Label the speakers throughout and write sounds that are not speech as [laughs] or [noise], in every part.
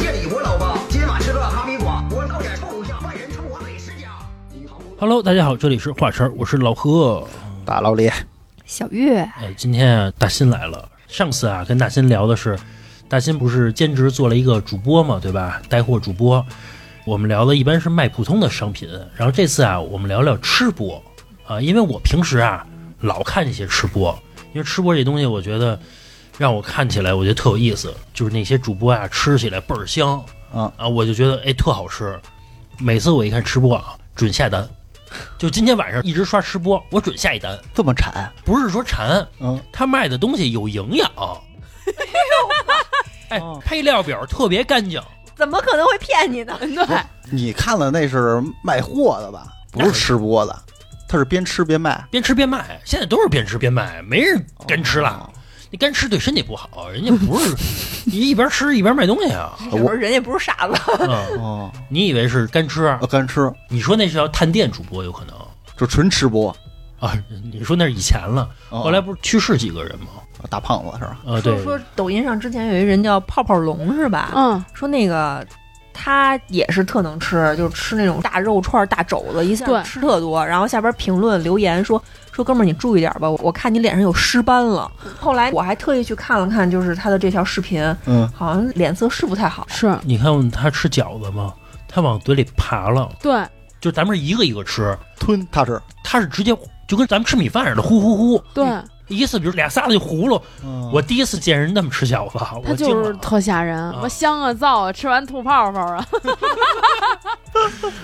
Speaker 1: 夜里我老八，今晚吃个哈密瓜，我老脸臭下，外人冲我美食家。
Speaker 2: Hello，大家好，这里是话茬，我是老贺。
Speaker 3: 大老李，
Speaker 4: 小月，
Speaker 2: 哎，今天啊，大新来了。上次啊，跟大新聊的是，大新不是兼职做了一个主播嘛，对吧？带货主播。我们聊的一般是卖普通的商品，然后这次啊，我们聊聊吃播啊，因为我平时啊老看这些吃播，因为吃播这东西，我觉得让我看起来我觉得特有意思，就是那些主播啊吃起来倍儿香
Speaker 3: 啊
Speaker 2: 啊，我就觉得哎特好吃。每次我一看吃播啊，准下单，就今天晚上一直刷吃播，我准下一单。
Speaker 3: 这么馋？
Speaker 2: 不是说馋，
Speaker 3: 嗯，
Speaker 2: 他卖的东西有营养。哎
Speaker 3: 哦，
Speaker 2: 配料表特别干净，
Speaker 4: 怎么可能会骗你呢？哎对，
Speaker 3: 你看了那是卖货的吧？不是吃播的，他是边吃边卖。
Speaker 2: 边吃边卖。现在都是边吃边卖，没人干吃
Speaker 3: 哦
Speaker 2: 了。你干吃对身体不好，人家不
Speaker 3: [laughs]
Speaker 2: 是一一边吃一边卖东西啊。
Speaker 4: 这时候人也不是傻子，
Speaker 2: 嗯，
Speaker 3: 哦，
Speaker 2: 你以为是干吃？啊
Speaker 3: 要呃干吃
Speaker 2: 你说那是要探店主播有可能
Speaker 3: 就纯吃播。
Speaker 2: 啊？你说那是以前了，
Speaker 3: 哦
Speaker 2: 后来不是去世几个人吗？
Speaker 3: 大胖子是吧？
Speaker 2: 啊，对
Speaker 5: 说，说抖音上之前有一人叫泡泡龙是吧？
Speaker 4: 嗯，
Speaker 5: 说那个他也是特能吃，就是吃那种大肉串、大肘子，一下
Speaker 4: 对
Speaker 5: 吃特多。然后下边评论留言说说哥们儿你注意点吧，我看你脸上有尸斑了。后来我还特意去看了看，就是他的这条视频，
Speaker 3: 嗯，
Speaker 5: 好像脸色是不太好。
Speaker 4: 是
Speaker 2: 你看他吃饺子吗？他往嘴里扒了，
Speaker 4: 对，
Speaker 2: 就咱们是一个一个吃，
Speaker 3: 吞他吃。
Speaker 2: 他是直接就跟咱们吃米饭似的，呼呼呼。
Speaker 6: 对，
Speaker 2: 一次，比如俩仨子就糊噜。
Speaker 3: 嗯
Speaker 2: 我第一次见人那么吃饺子，
Speaker 6: 它
Speaker 2: 我
Speaker 6: 就
Speaker 2: 惊
Speaker 6: 是
Speaker 2: 了。
Speaker 6: 特吓人，
Speaker 2: 啊
Speaker 6: 我香啊燥啊，吃完吐泡泡啊。 [laughs]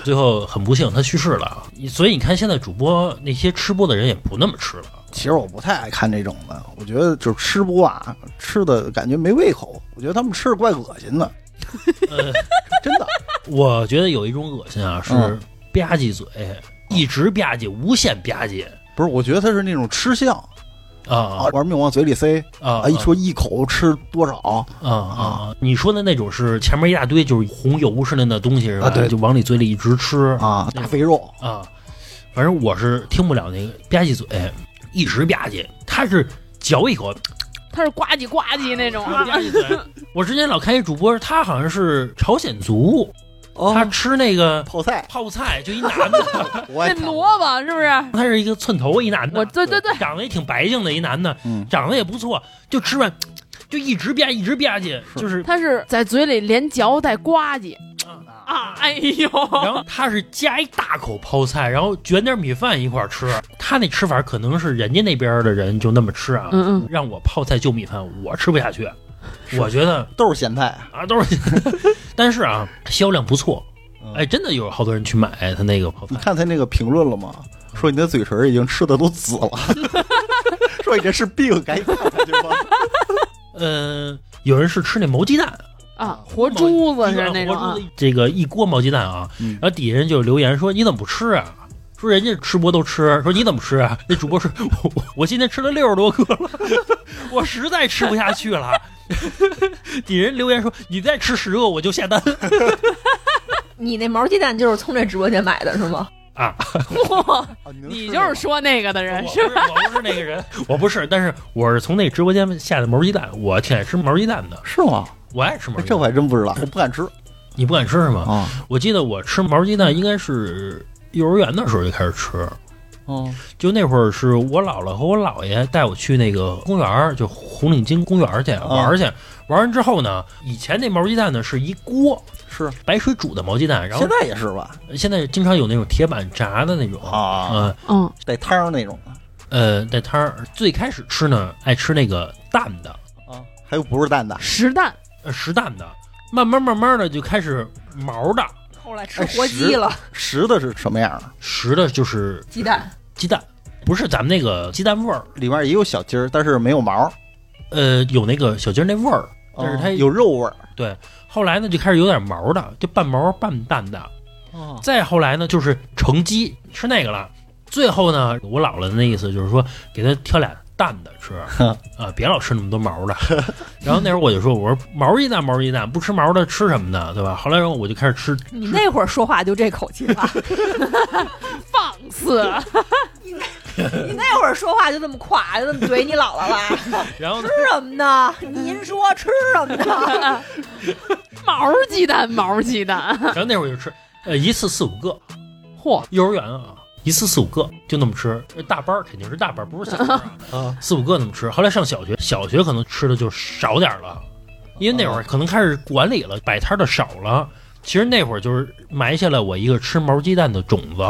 Speaker 2: 最后很不幸，他去世了。所以你看，现在主播那些吃播的人也不那么吃
Speaker 3: [laughs]
Speaker 2: 了。
Speaker 3: 其实我不太爱看这种的，我觉得就是吃播啊，吃的感觉没胃口。我觉得他们吃的怪恶心的， [laughs]
Speaker 2: 呃，
Speaker 3: 真的。
Speaker 2: 我觉得有一种恶心啊，是
Speaker 3: 嗯
Speaker 2: 吧唧嘴，一直吧唧，无限吧唧
Speaker 3: 不是，我觉得他是那种吃相啊
Speaker 2: 啊，
Speaker 3: 玩命往嘴里塞
Speaker 2: 啊
Speaker 3: 啊，一说一口吃多少，
Speaker 2: 啊啊！你说的那种是前面一大堆就是红油似的那东西是吧
Speaker 3: 啊？对
Speaker 2: 就往你嘴里一直吃
Speaker 3: 啊，大肥肉，
Speaker 2: 啊，反正我是听不了那个吧唧嘴，一直吧唧，他是嚼一 [laughs] 口
Speaker 6: 它是呱唧呱唧那种啊，
Speaker 2: 吧唧嘴。我之前老看一主播，他好像是朝鲜族，
Speaker 6: 哦
Speaker 2: 他
Speaker 3: 哦
Speaker 2: 吃那个
Speaker 3: 泡菜，
Speaker 2: 泡菜，就一男
Speaker 6: [laughs]
Speaker 2: 的，
Speaker 3: 我
Speaker 6: 那
Speaker 3: 也看过
Speaker 6: 萝卜是不是？
Speaker 2: 他是一个寸头一男的，
Speaker 6: 我对对对，
Speaker 2: 长得也挺白净的一男的，
Speaker 3: 嗯
Speaker 2: 长得也不错，就吃饭就一直吧一直吧唧，就是。
Speaker 6: 它是在嘴里连嚼带呱唧
Speaker 3: 啊
Speaker 6: 啊，哎呦，
Speaker 2: 然后他是夹一大口泡菜，然后卷点米饭一块儿吃。他那吃法可能是人家那边的人就那么吃啊，
Speaker 6: 嗯嗯，
Speaker 2: 让我泡菜就米饭，我吃不下去。我觉得
Speaker 3: 都是咸菜啊。
Speaker 2: 啊，都
Speaker 3: [laughs]
Speaker 2: 是，但是啊，销量不错。
Speaker 3: 嗯
Speaker 2: 哎，真的有好多人去买他那个泡
Speaker 3: 你
Speaker 2: 菜，
Speaker 3: 看他那个评论了吗？说你的嘴唇已经吃的都紫
Speaker 2: [laughs]
Speaker 3: 了，说你这是病，赶紧看看去吧。嗯
Speaker 2: 呃，有人是吃那毛鸡蛋，
Speaker 6: 啊，活珠子是那种
Speaker 2: 活
Speaker 6: 啊
Speaker 2: 猪，的这个一锅毛鸡蛋啊，
Speaker 3: 嗯
Speaker 2: 然后底下人就留言说你怎么不吃啊？说人家吃播都吃，说你怎么吃啊？那主播说，我我我今天吃了六十多个了，我实在吃不下去了。 [laughs] 底下人留言说，你再吃十个我就下单
Speaker 5: 你那毛鸡蛋就是从这直播间买的是吗？
Speaker 2: 啊！
Speaker 3: 啊
Speaker 6: 你就是说那个的
Speaker 2: 我
Speaker 6: 人
Speaker 2: 不是
Speaker 6: 是
Speaker 2: 我不是那个人， [laughs] 我不是，但是我是从那直播间下的毛鸡蛋，我挺爱吃毛鸡蛋的，
Speaker 3: 是吗？哎
Speaker 2: 我爱吃毛鸡
Speaker 3: 这
Speaker 2: 蛋
Speaker 3: 我。还真不知道，我不敢吃
Speaker 2: 你不敢吃是吗？
Speaker 3: 啊。
Speaker 2: 我记得我吃毛鸡蛋应该是幼儿园的时候就开始吃，
Speaker 3: 哦，
Speaker 2: 就那会儿是我姥姥和我姥爷带我去那个公园儿，就红领巾公园儿去
Speaker 3: 啊
Speaker 2: 玩儿去。玩完之后呢，以前那毛鸡蛋呢是一锅
Speaker 3: 嗯是，
Speaker 2: 白水煮的毛鸡蛋，然后
Speaker 3: 现在也是吧？
Speaker 2: 现在经常有那种铁板炸的那种呃
Speaker 3: 啊，
Speaker 6: 嗯，
Speaker 3: 带汤儿那种的
Speaker 2: 呃呃带汤儿。最开始吃呢，爱吃那个蛋的，
Speaker 3: 啊，还有不是蛋的，
Speaker 6: 实蛋
Speaker 2: 呃实蛋的，慢慢慢慢的就开始毛的，
Speaker 5: 后来吃活鸡了，
Speaker 3: 实的是什么样儿？啊
Speaker 2: 实的就是
Speaker 5: 鸡蛋
Speaker 2: 鸡蛋，不是咱们那个鸡蛋味儿，
Speaker 3: 里面也有小鸡儿，但是没有毛儿，
Speaker 2: 呃有那个小鸡儿那味儿，但是它
Speaker 3: 哦有肉味儿。
Speaker 2: 后来呢就开始有点毛的，就半毛半蛋的。
Speaker 3: 哦，
Speaker 2: 再后来呢，就是成鸡吃那个了。最后呢，我姥姥的那意思就是说，给他挑俩蛋的
Speaker 3: [laughs]
Speaker 2: 吃啊、别老吃那么多毛的。 [laughs] 然后那时候我就说，我说毛鸡蛋毛鸡蛋，不吃毛的吃什么呢？对吧？后来然后我就开始吃
Speaker 5: 你那会儿说话就这口气了，
Speaker 6: 放肆，
Speaker 5: 你那会儿说话就这么垮，就这么怼你姥姥吧？
Speaker 2: [laughs] 然后呢
Speaker 5: 吃什么呢？您说吃什么呢？
Speaker 6: 毛儿鸡蛋，毛儿鸡蛋， [laughs]
Speaker 2: 然后那会儿就吃，呃，一次四五个，
Speaker 6: 嚯，
Speaker 2: 幼儿园啊，一次四五个就那么吃，呃大班儿肯定是大班儿，不是小班儿啊，
Speaker 3: [laughs] 啊，
Speaker 2: 四五个那么吃。后来上小学，小学可能吃的就少点儿了，因为那
Speaker 3: 啊
Speaker 2: 会儿可能开始管理了，摆摊儿的少了。其实那会儿就是埋下了我一个吃毛鸡蛋的种子，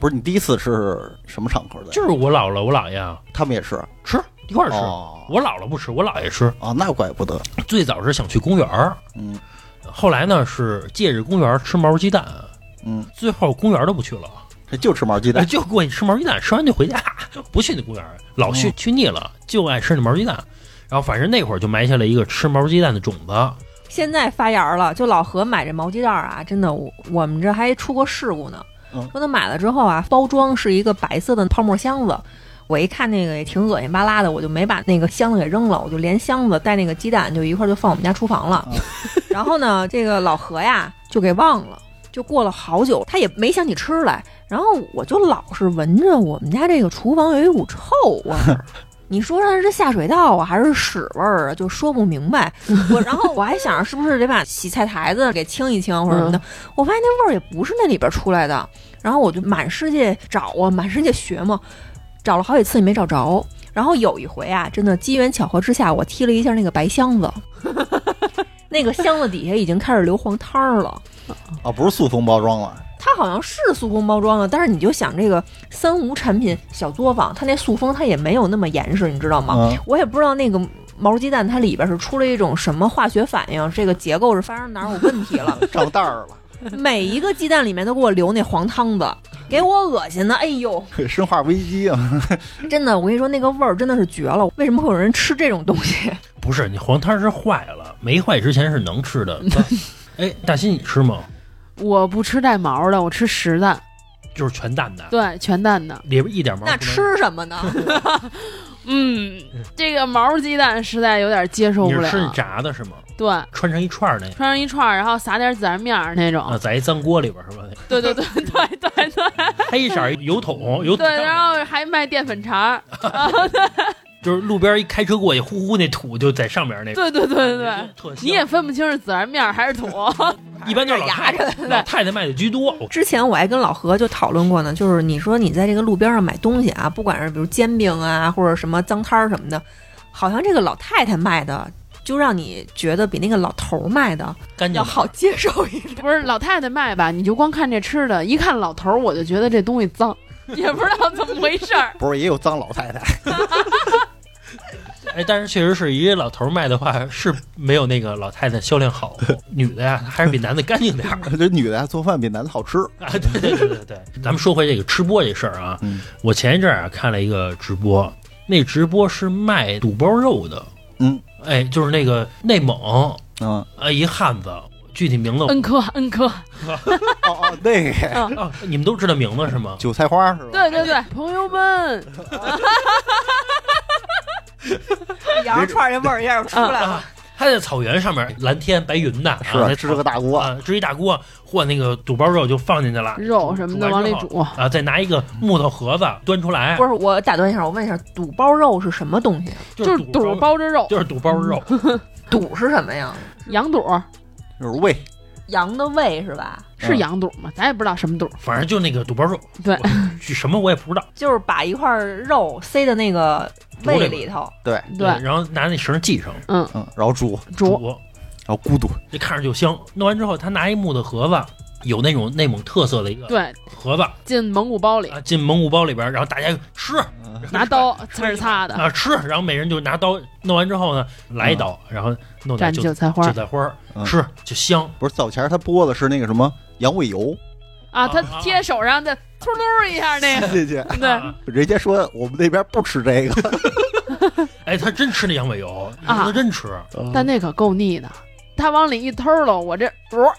Speaker 3: 不是你第一次吃是什么场合的？
Speaker 2: 就是我姥姥我姥爷啊
Speaker 3: 他们也是
Speaker 2: 吃一块儿吃，
Speaker 3: 哦
Speaker 2: 我姥姥不吃，我姥爷吃。
Speaker 3: 哦，那怪不得，
Speaker 2: 最早是想去公园儿，
Speaker 3: 嗯
Speaker 2: 后来呢是借着公园儿吃毛鸡蛋，
Speaker 3: 嗯，
Speaker 2: 最后公园儿都不去了。
Speaker 3: 这就吃毛鸡
Speaker 2: 哎
Speaker 3: 蛋，
Speaker 2: 就过去吃毛鸡蛋，吃完就回家，不去那公园儿，老
Speaker 6: 哦
Speaker 2: 去去腻了，就爱吃那毛鸡蛋。然后反正那会儿就埋下了一个吃毛鸡蛋的种子。
Speaker 5: 现在发芽了，就老何买这毛鸡蛋儿啊，真的，我我们这还出过事故呢。
Speaker 3: 嗯
Speaker 5: 说他买了之后啊，包装是一个白色的泡沫箱子，我一看那个也挺恶心巴拉的，我就没把那个箱子给扔了，我就连箱子带那个鸡蛋就一块儿就放我们家厨房了
Speaker 3: 啊。
Speaker 5: 然后呢，这个老何呀就给忘了。就过了好久，他也没想起吃来，然后我就老是闻着我们家这个厨房有一股臭味儿，你说它是下水道啊，还是屎味儿啊，就说不明白。我然后我还想着是不是得把洗菜台子给清一清或者什么的，我发现那味儿也不是那里边出来的。然后我就满世界找啊，满世界学嘛，找了好几次也没找着。然后有一回啊，真的机缘巧合之下，我踢了一下那个白箱子，那个箱子底下已经开始流黄汤儿了。
Speaker 3: 啊，不是塑封包装了，
Speaker 5: 它好像是塑封包装的，但是你就想这个三无产品小作坊，它那塑封它也没有那么严实，你知道吗？
Speaker 2: 啊
Speaker 3: 嗯
Speaker 5: 我也不知道那个毛鸡蛋它里边是出了一种什么化学反应，这个结构是发生哪儿有问题
Speaker 2: [laughs]
Speaker 5: 了。
Speaker 3: 长袋儿了，
Speaker 5: 每一个鸡蛋里面都给我留那黄汤子，给我恶心的，哎呦，
Speaker 3: 生化危机啊， [laughs]
Speaker 5: 真的，我跟你说那个味儿真的是绝了。为什么会有人吃这种东西？
Speaker 2: 不是你黄摊儿是坏了，没坏之前是能吃
Speaker 6: [laughs]
Speaker 2: 的。哎，大新你吃吗？
Speaker 6: 我不吃带毛的，我吃实蛋，
Speaker 2: 就是全蛋的，
Speaker 6: 对，全蛋的。
Speaker 2: 里边一点毛不
Speaker 5: 那
Speaker 2: 能。
Speaker 5: 吃什么呢？
Speaker 2: [laughs]
Speaker 6: 嗯，这个毛儿鸡蛋实在有点接受
Speaker 2: 你
Speaker 6: 不
Speaker 2: 是吃那
Speaker 6: 了。
Speaker 2: 炸的是吗？
Speaker 6: 对，
Speaker 2: 穿成一串儿那个
Speaker 6: 穿上一串儿，然后撒点孜然面儿那种。
Speaker 2: 啊，在一脏锅里边
Speaker 6: [laughs]
Speaker 2: 是吧？
Speaker 6: 对对对对对对
Speaker 2: 黑色儿油桶，油桶
Speaker 6: 对，
Speaker 2: 上面
Speaker 6: 然后还卖淀粉肠儿。
Speaker 2: 就是路边一开车过去，呼呼那土就在上面那个。
Speaker 6: 对对对对对，
Speaker 2: 特香
Speaker 6: 你也分不清是孜然面儿还是 [laughs] 土。
Speaker 2: 一般就是老太太，老太太卖的居多。我
Speaker 5: 之前我还跟老何就讨论过呢，就是你说你在这个路边上买东西啊，不管是比如煎饼啊，或者什么脏摊儿什么的，好像这个老太太卖的，就让你觉得比那个老头儿卖的
Speaker 2: 干净
Speaker 5: 要
Speaker 2: 点
Speaker 5: 好接受一点。
Speaker 6: 不是老太太卖吧？你就光看这吃的，一看老头儿，我就觉得这东西脏， [laughs] 也不知道怎么回事儿。
Speaker 3: 不是也有脏老太太，
Speaker 2: 哎，但是确实是一个老头儿卖的话，是没有那个老太太销量好。女的呀，还是比男的干净点
Speaker 3: [laughs]
Speaker 2: 儿
Speaker 3: 这女的做饭比男的好吃，
Speaker 2: 啊。对对对对对，咱们说回这个吃播这事儿啊，
Speaker 3: 嗯
Speaker 2: 我前一阵儿啊看了一个直播，那直播是卖肚包肉的，
Speaker 3: 嗯，
Speaker 2: 哎，就是那个内蒙
Speaker 3: 嗯，
Speaker 2: 啊一汉子，具体名字我
Speaker 6: [laughs] 嗯科嗯科，
Speaker 3: 哦哦，那个
Speaker 2: 啊，你们都知道名字是吗？
Speaker 3: 韭菜花是吧？
Speaker 6: 对对对，哎朋友们，
Speaker 5: 羊肉串这味儿要出来了，
Speaker 2: 啊他在草原上面，蓝天白云的，
Speaker 3: 是
Speaker 2: 啊
Speaker 3: 啊
Speaker 2: 在
Speaker 3: 吃了个大锅，
Speaker 2: 啊，支一大锅和那个肚包肉就放进去了，
Speaker 6: 肉什么的
Speaker 2: 完
Speaker 6: 往里
Speaker 2: 之后
Speaker 6: 煮
Speaker 2: 啊，再拿一个木头盒子端出来，
Speaker 5: [laughs] 不是我打断一下，我问一下，肚包肉是什么东西？
Speaker 6: 就是是
Speaker 2: 肚
Speaker 6: 肚，包着肉，
Speaker 2: 就是肚包
Speaker 6: [laughs]
Speaker 2: 肉，
Speaker 5: 肚是什么呀？
Speaker 6: 羊肚儿
Speaker 3: 就是胃，
Speaker 5: 羊的胃是吧？
Speaker 6: 是
Speaker 3: 嗯
Speaker 6: 羊肚儿吗？咱也不知道什么肚儿。
Speaker 2: 反正就那个肚包肉，
Speaker 6: 对
Speaker 2: 我，具什么我也不知道，
Speaker 5: 就是把一块肉塞到那个胃里头，
Speaker 6: [laughs] 对，
Speaker 2: 然后拿那绳系上
Speaker 3: 嗯，然后煮，
Speaker 6: 煮
Speaker 2: 煮，
Speaker 3: 然后咕嘟，
Speaker 2: 这看着就香。弄完之后，他拿一木头盒子，有那种内蒙特色的一个
Speaker 6: 对，
Speaker 2: 盒子
Speaker 6: 进蒙古包里
Speaker 2: 啊，进蒙古包里边，然后大家吃
Speaker 6: 拿刀呲儿擦的
Speaker 2: 啊吃，然后每人就拿刀弄完之后呢，来一刀，然后弄
Speaker 6: 蘸
Speaker 2: 点韭
Speaker 6: 韭菜花
Speaker 2: 韭
Speaker 6: 儿
Speaker 2: 菜花儿
Speaker 3: 嗯
Speaker 2: 吃就香。
Speaker 3: 不是早前他播的是那个什么羊胃 [laughs] 油，
Speaker 6: 啊，他
Speaker 2: 啊啊
Speaker 6: 贴手上的秃噜一下
Speaker 2: [laughs]
Speaker 6: 那个，
Speaker 3: 谢谢。
Speaker 6: 对
Speaker 2: 啊
Speaker 3: 人家说我们那边不吃这个，
Speaker 2: 哎，他真吃那羊尾
Speaker 6: 啊
Speaker 2: 油，他真吃。
Speaker 6: 但那可够腻的。他往里一偷喽，我这哦，
Speaker 5: 不是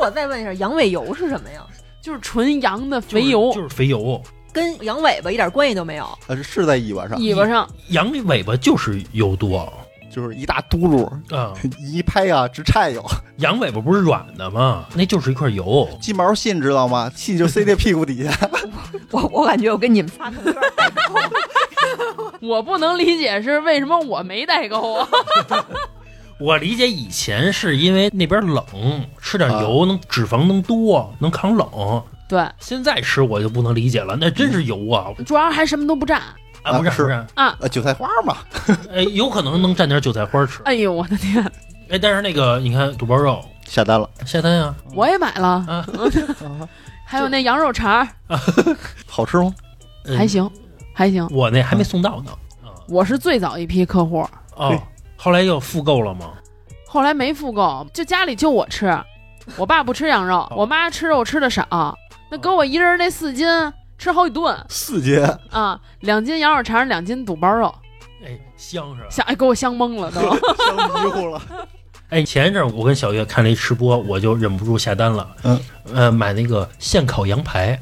Speaker 5: 我再问一下，羊尾油是什么呀？
Speaker 6: 就是纯羊的
Speaker 2: 就是
Speaker 6: 肥油，
Speaker 2: 就是肥油，
Speaker 5: 跟羊尾巴一点关系都没有。
Speaker 3: 呃是在尾巴上，
Speaker 6: 尾巴上
Speaker 2: 羊尾巴就是油多，
Speaker 7: 就是一大嘟噜，
Speaker 2: 啊，
Speaker 7: 一拍啊直颤悠。
Speaker 2: 羊尾巴不是软的吗？那就是一块油。
Speaker 7: 鸡毛信知道吗？信就塞在屁股底下，
Speaker 5: 我我感觉我跟你们仨同辈儿，
Speaker 6: 我不能理解是为什么我没代购啊？
Speaker 2: 我理解以前是因为那边冷，吃点油能脂肪能多，能抗冷。
Speaker 6: [laughs] 对，
Speaker 2: 现在吃我就不能理解了，那真是油啊！
Speaker 6: 主要还什么都不蘸。
Speaker 2: 啊，不是
Speaker 7: 啊是
Speaker 2: 不是，
Speaker 7: 呃，韭菜花嘛，
Speaker 2: 哎，有可能能蘸点韭菜花吃。
Speaker 6: 哎呦我的天，
Speaker 2: 哎，但是那个你看肚包肉
Speaker 7: 下单了，
Speaker 2: 下单啊，
Speaker 6: 我也买了，
Speaker 2: 啊
Speaker 6: 还有那羊肉肠儿
Speaker 7: 好吃吗？
Speaker 2: 嗯
Speaker 6: 还，行，还行。
Speaker 2: 我那还没送到呢。啊
Speaker 6: 我是最早一批客户，
Speaker 2: 哦，后来又复购了吗？
Speaker 6: 后来没复购，就家里就我吃，我爸不吃羊肉，
Speaker 2: 哦
Speaker 6: 我妈吃肉吃的少，那给我一人那四斤吃好几顿
Speaker 7: 四
Speaker 3: [laughs]
Speaker 7: 斤，
Speaker 6: 啊，两斤羊肉肠，两斤肚包肉，
Speaker 2: 哎，香是吧？
Speaker 6: 想哎给我香懵了都。
Speaker 7: 香迷糊了。
Speaker 2: 哎，前一阵儿我跟小月看了一吃播，我就忍不住下单了。
Speaker 7: 嗯，
Speaker 2: 呃，买那个现烤羊排，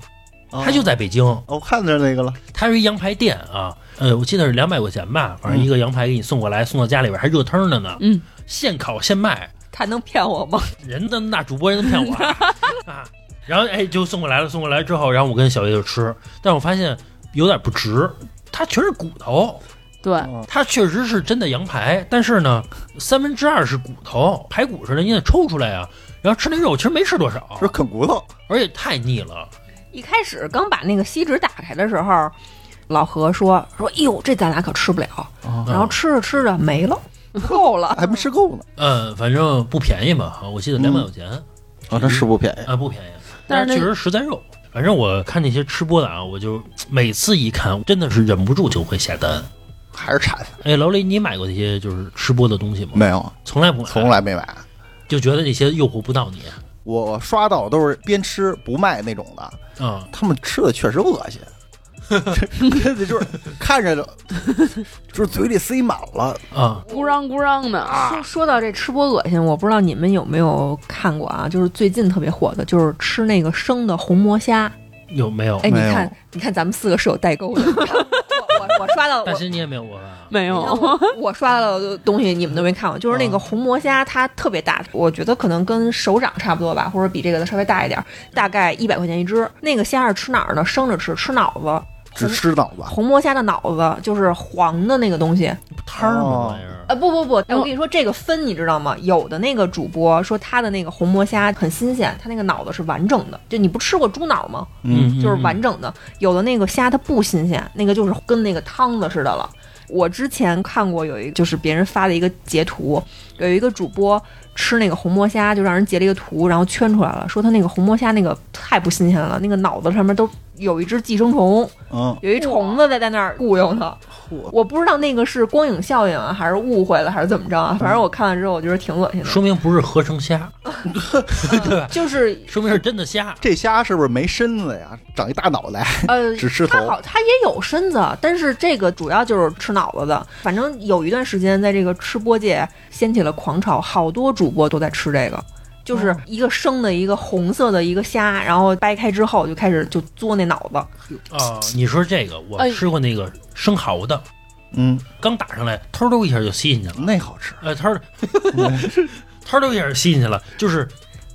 Speaker 2: 它
Speaker 3: 啊
Speaker 2: 就在北京，
Speaker 7: 哦，我看见那个了，
Speaker 2: 它是一羊排店啊。
Speaker 5: 嗯
Speaker 2: 呃，我记得是两百块钱吧，反正一个羊排给你送过来，送到家里边还热腾的呢。
Speaker 6: 嗯，
Speaker 2: 现烤现卖，
Speaker 5: 他能骗我吗？
Speaker 2: 人的那主播人能骗我
Speaker 5: [laughs]
Speaker 2: 啊啊？然后哎，就送过来了，送过来之后，然后我跟小月就吃，但我发现有点不值，它全是骨头。
Speaker 6: 对，
Speaker 5: 哦
Speaker 2: 它确实是真的羊排，但是呢，三分之二是骨头，排骨似的，你得抽出来啊。然后吃那肉，其实没吃多少
Speaker 7: 是，啃骨头，
Speaker 2: 而且太腻了。
Speaker 5: 一开始刚把那个锡纸打开的时候，老何说说，哎呦，这咱俩可吃不了。哦
Speaker 2: 哦嗯
Speaker 5: 然后吃着吃着没了，够了。
Speaker 7: 还没吃够呢。
Speaker 2: 呃，反正不便宜吧，我记得两百块钱啊、
Speaker 7: 啊，这是不便宜。
Speaker 2: 不便宜。啊
Speaker 6: 但是
Speaker 2: 是确
Speaker 6: 那
Speaker 2: 实实在肉，反正我看那些吃播的啊，我就每次一看，真的是忍不住就会下单。
Speaker 7: 还是馋？
Speaker 2: 哎，老李，你买过那些就是吃播的东西吗？
Speaker 7: 没有，
Speaker 2: 从来不买，啊
Speaker 7: 从来没买。
Speaker 2: 就觉得那些诱惑不到你
Speaker 7: [laughs]
Speaker 2: 啊
Speaker 7: 我刷到都是边吃不卖那种的，
Speaker 2: 啊、
Speaker 7: 他们吃的确实恶心， [laughs] 真的就是看着就就是 [laughs] 嘴里塞满了，
Speaker 2: 啊！
Speaker 6: 咕嚷咕嚷的啊，
Speaker 5: 说说到这吃播恶心，我不知道你们有没有看过啊？就是最近特别火的，就是吃那个生的红魔虾。
Speaker 2: 有没有？
Speaker 5: 哎，你
Speaker 7: 没有
Speaker 5: 看，你看，咱们四个是有代
Speaker 7: [laughs]
Speaker 5: 沟的。我我我刷到
Speaker 2: 大
Speaker 5: 我
Speaker 2: 新你也没有过吧？
Speaker 6: 没
Speaker 5: 你看
Speaker 6: 有。
Speaker 5: 我我刷到的东西你们都没看过，就是
Speaker 7: 嗯
Speaker 5: 那个红魔虾，它特别大，我觉得可能跟手掌差不多吧，或者比这个的稍微大一点，大概一百块钱一只。那个虾是吃哪儿呢？生着吃，吃脑子。
Speaker 7: 只吃脑子。
Speaker 5: 红魔虾的脑子就是黄的那个东西，
Speaker 2: 摊儿吗？
Speaker 7: 哦
Speaker 2: 玩意儿？
Speaker 5: 呃，不不不，哎我跟你说这个分你知道吗？有的那个主播说他的那个红魔虾很新鲜，他那个脑子是完整的，就你不吃过猪脑吗？
Speaker 2: 嗯，
Speaker 5: 就是
Speaker 2: 嗯
Speaker 5: 完整的。有的那个虾它不新鲜，那个就是跟那个汤子似的了。我之前看过有一就是别人发的一个截图，有一个主播吃那个红魔虾，就让人截了一个图，然后圈出来了，说他那个红魔虾那个太不新鲜了，那个脑子上面都有一只寄生虫，
Speaker 7: 嗯，
Speaker 5: 有一虫子在在那儿雇佣他。我不知道那个是光影效应啊，还是误会了，还是怎么着啊？反正我看完之后，我觉得挺恶心的，
Speaker 2: 说明不是合成虾，对
Speaker 5: [laughs]
Speaker 2: 吧？
Speaker 5: 就是
Speaker 2: 说明是真的虾。
Speaker 7: 这虾是不是没身子呀？长一大脑袋，
Speaker 5: 呃，
Speaker 7: 只吃
Speaker 5: 它
Speaker 7: 头。
Speaker 5: 好，它也有身子，但是这个主要就是吃脑子的。反正有一段时间，在这个吃播界掀起了狂潮，好多主播都在吃这个，就是一个生的一个红色的一个虾，然后掰开之后就开始就嘬那脑子。
Speaker 2: 啊，你说这个，我
Speaker 6: 哎
Speaker 2: 吃过那个生蚝的，
Speaker 7: 嗯，
Speaker 2: 刚打上来，偷溜一下就吸进去了。
Speaker 7: 那好吃。
Speaker 2: 呃，偷儿偷溜一下就吸进去了，就是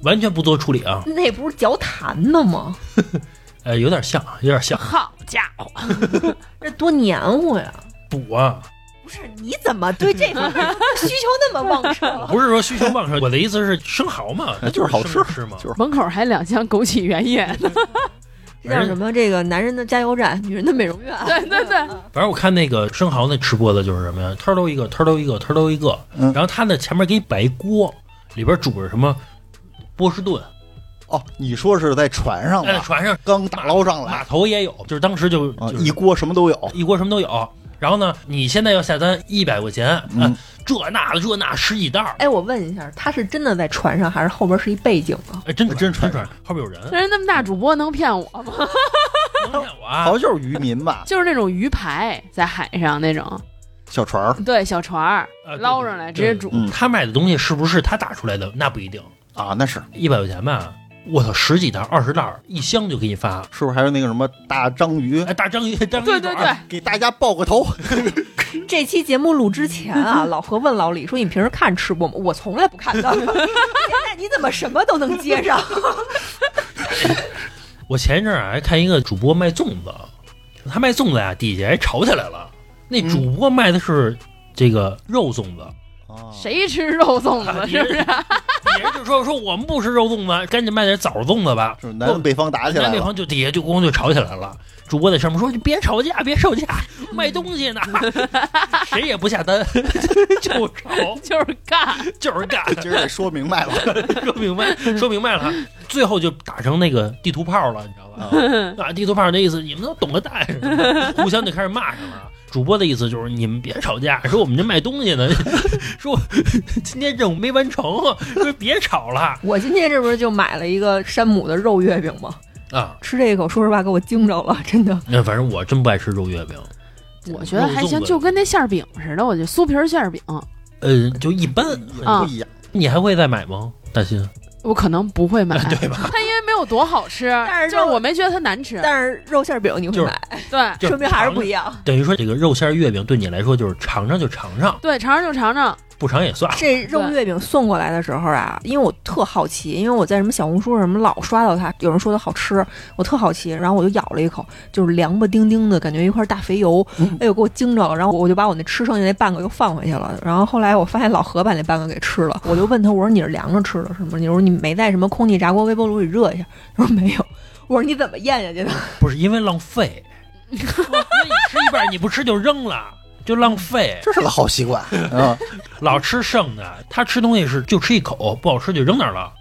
Speaker 2: 完全不做处理啊。
Speaker 5: 那不是嚼痰的吗？
Speaker 2: 呃，有点像，有点像
Speaker 6: 好家伙，
Speaker 5: 这多黏糊呀！
Speaker 2: 补啊。
Speaker 5: 不是，你怎么对这 [laughs] 方面需求那么旺盛？
Speaker 2: 不是说需求旺盛，我的意思是生蚝嘛，那
Speaker 7: 哎就是好
Speaker 2: 生
Speaker 7: 吃
Speaker 2: 着吃嘛。
Speaker 7: 就是
Speaker 6: 门口还两箱枸杞原液呢。 [laughs]
Speaker 5: 这叫什么？这个男人的加油站， [laughs] 女人的美容院。
Speaker 6: 对对对，
Speaker 2: 反正我看那个生蚝那吃播的就是什么呀，偷溜一个，偷溜一个，偷溜一个，
Speaker 7: 嗯
Speaker 2: 然后他那前面给你摆一锅，里边煮着什么波士顿，
Speaker 7: 哦，你说是在船上
Speaker 2: 哎，
Speaker 7: 吧？
Speaker 2: 船上
Speaker 7: 刚打捞上
Speaker 2: 码
Speaker 7: 来
Speaker 2: 头也有，就是当时就
Speaker 7: 啊，
Speaker 2: 就是
Speaker 7: 一锅什么都有。
Speaker 2: 一锅什么都有。然后呢，你现在要下单一百块钱，
Speaker 7: 嗯
Speaker 2: 啊这那这那十几袋儿，
Speaker 5: 哎，我问一下，他是真的在船上，还是后边是一背景啊？
Speaker 2: 哎，真准
Speaker 7: 真
Speaker 2: 真
Speaker 7: 传
Speaker 2: 准，后边有
Speaker 7: [laughs]
Speaker 2: 人，
Speaker 6: 那人那么大主播能骗我吗？ [laughs]
Speaker 3: [laughs]
Speaker 2: 能骗我啊
Speaker 7: 好？像就是渔民吧，
Speaker 6: 就是那种鱼排在海上那种，
Speaker 7: 小船儿
Speaker 6: 对，小船儿
Speaker 2: 啊对
Speaker 6: 捞上来直接煮。
Speaker 7: 嗯
Speaker 2: 他卖的东西是不是他打出来的？那不一定，
Speaker 7: 啊，那是
Speaker 2: 一百块钱吧，我操，十几袋儿、二十袋儿，一箱就给你发。哎
Speaker 7: 是不是还有那个什么大章鱼？
Speaker 2: 哎，大章鱼，大章鱼
Speaker 6: 对对
Speaker 2: 卷儿
Speaker 6: 对，
Speaker 7: 给大家爆个头，
Speaker 5: 这期节目录之前 [laughs] 啊，老何问老李说：“你平时看吃播吗？”我从来不看 [laughs] 的。现在你怎么什么都能接上？
Speaker 2: 我前一阵儿啊还看一个主播卖粽子，他卖粽子呀、底下还吵起来了。那主播卖的是这个肉粽子，
Speaker 3: 啊，
Speaker 6: 谁吃肉粽
Speaker 2: 啊
Speaker 6: 子是不是？
Speaker 2: 底下就说说我们不吃肉粽子，赶紧卖点枣粽子吧。
Speaker 3: 就是南北方打起来
Speaker 2: 那对
Speaker 3: 了，
Speaker 2: 方就底下就咣就吵起来了。主播在上面说：“你别吵架，别吵架，卖东西
Speaker 6: [laughs]
Speaker 2: 呢，谁也不下单， [laughs] 就吵，
Speaker 6: [laughs] 就是干，
Speaker 2: 就是干。”
Speaker 3: 今儿得说明白了。
Speaker 2: 说明白，说明白了，最后就打成那个地图炮了，你知道吧？
Speaker 6: 哦
Speaker 2: 啊，地图炮那意思，你们都懂个蛋什么的，互相就开始骂上了。主播的意思就是你们别吵架，说我们这卖东西呢， [laughs] 说我今天任务没完成，说别吵了
Speaker 5: [laughs] 我今天这不是就买了一个山姆的肉月饼吗？
Speaker 2: 啊。
Speaker 5: 吃这一口，说实话给我惊着了，真的。
Speaker 2: 那反正我真不爱吃肉月饼，
Speaker 6: [laughs] 我觉得还
Speaker 2: 肉粽
Speaker 6: 行，
Speaker 2: 子
Speaker 6: 就跟那馅儿饼似的，我觉得酥皮儿馅儿饼，
Speaker 2: 呃，就一般。
Speaker 6: 啊
Speaker 3: 不一样，
Speaker 2: 你还会再买吗？大新，
Speaker 6: 我可能不会买， [laughs] 对吧？它因为没有多好吃，
Speaker 5: 但是
Speaker 6: 就是
Speaker 5: 肉
Speaker 6: 我没觉得它难吃，
Speaker 5: 但是肉馅饼你
Speaker 2: 就
Speaker 5: 会
Speaker 2: 是
Speaker 5: 买，
Speaker 6: 对
Speaker 2: 就
Speaker 5: 说明还是
Speaker 2: 尝
Speaker 5: 不一样。
Speaker 2: 等于说这个肉馅儿月饼对你来说就是尝尝就尝尝，
Speaker 6: 对，尝尝就尝尝，
Speaker 2: 不尝也算。
Speaker 5: 这肉月饼送过来的时候啊，因为我特好奇，因为我在什么小红书什么老刷到它，有人说它好吃，我特好奇，然后我就咬了一口，就是凉不丁丁的感觉，一块大肥油，哎呦给我惊着了，然后我就把我那吃剩下那半个又放回去了，然后后来我发现老何把那半个给吃了，我就问他，我说你是凉着吃的是吗？你说你没在什么空气炸锅、微波炉里热一下？他说没有。我说你怎么咽下去的？
Speaker 2: 不是因为浪费，因为你吃一半你不吃就扔了，就浪费。
Speaker 3: 这是个好习惯啊！
Speaker 2: 老吃剩的，他吃东西是就吃一口，不好吃就扔那儿了。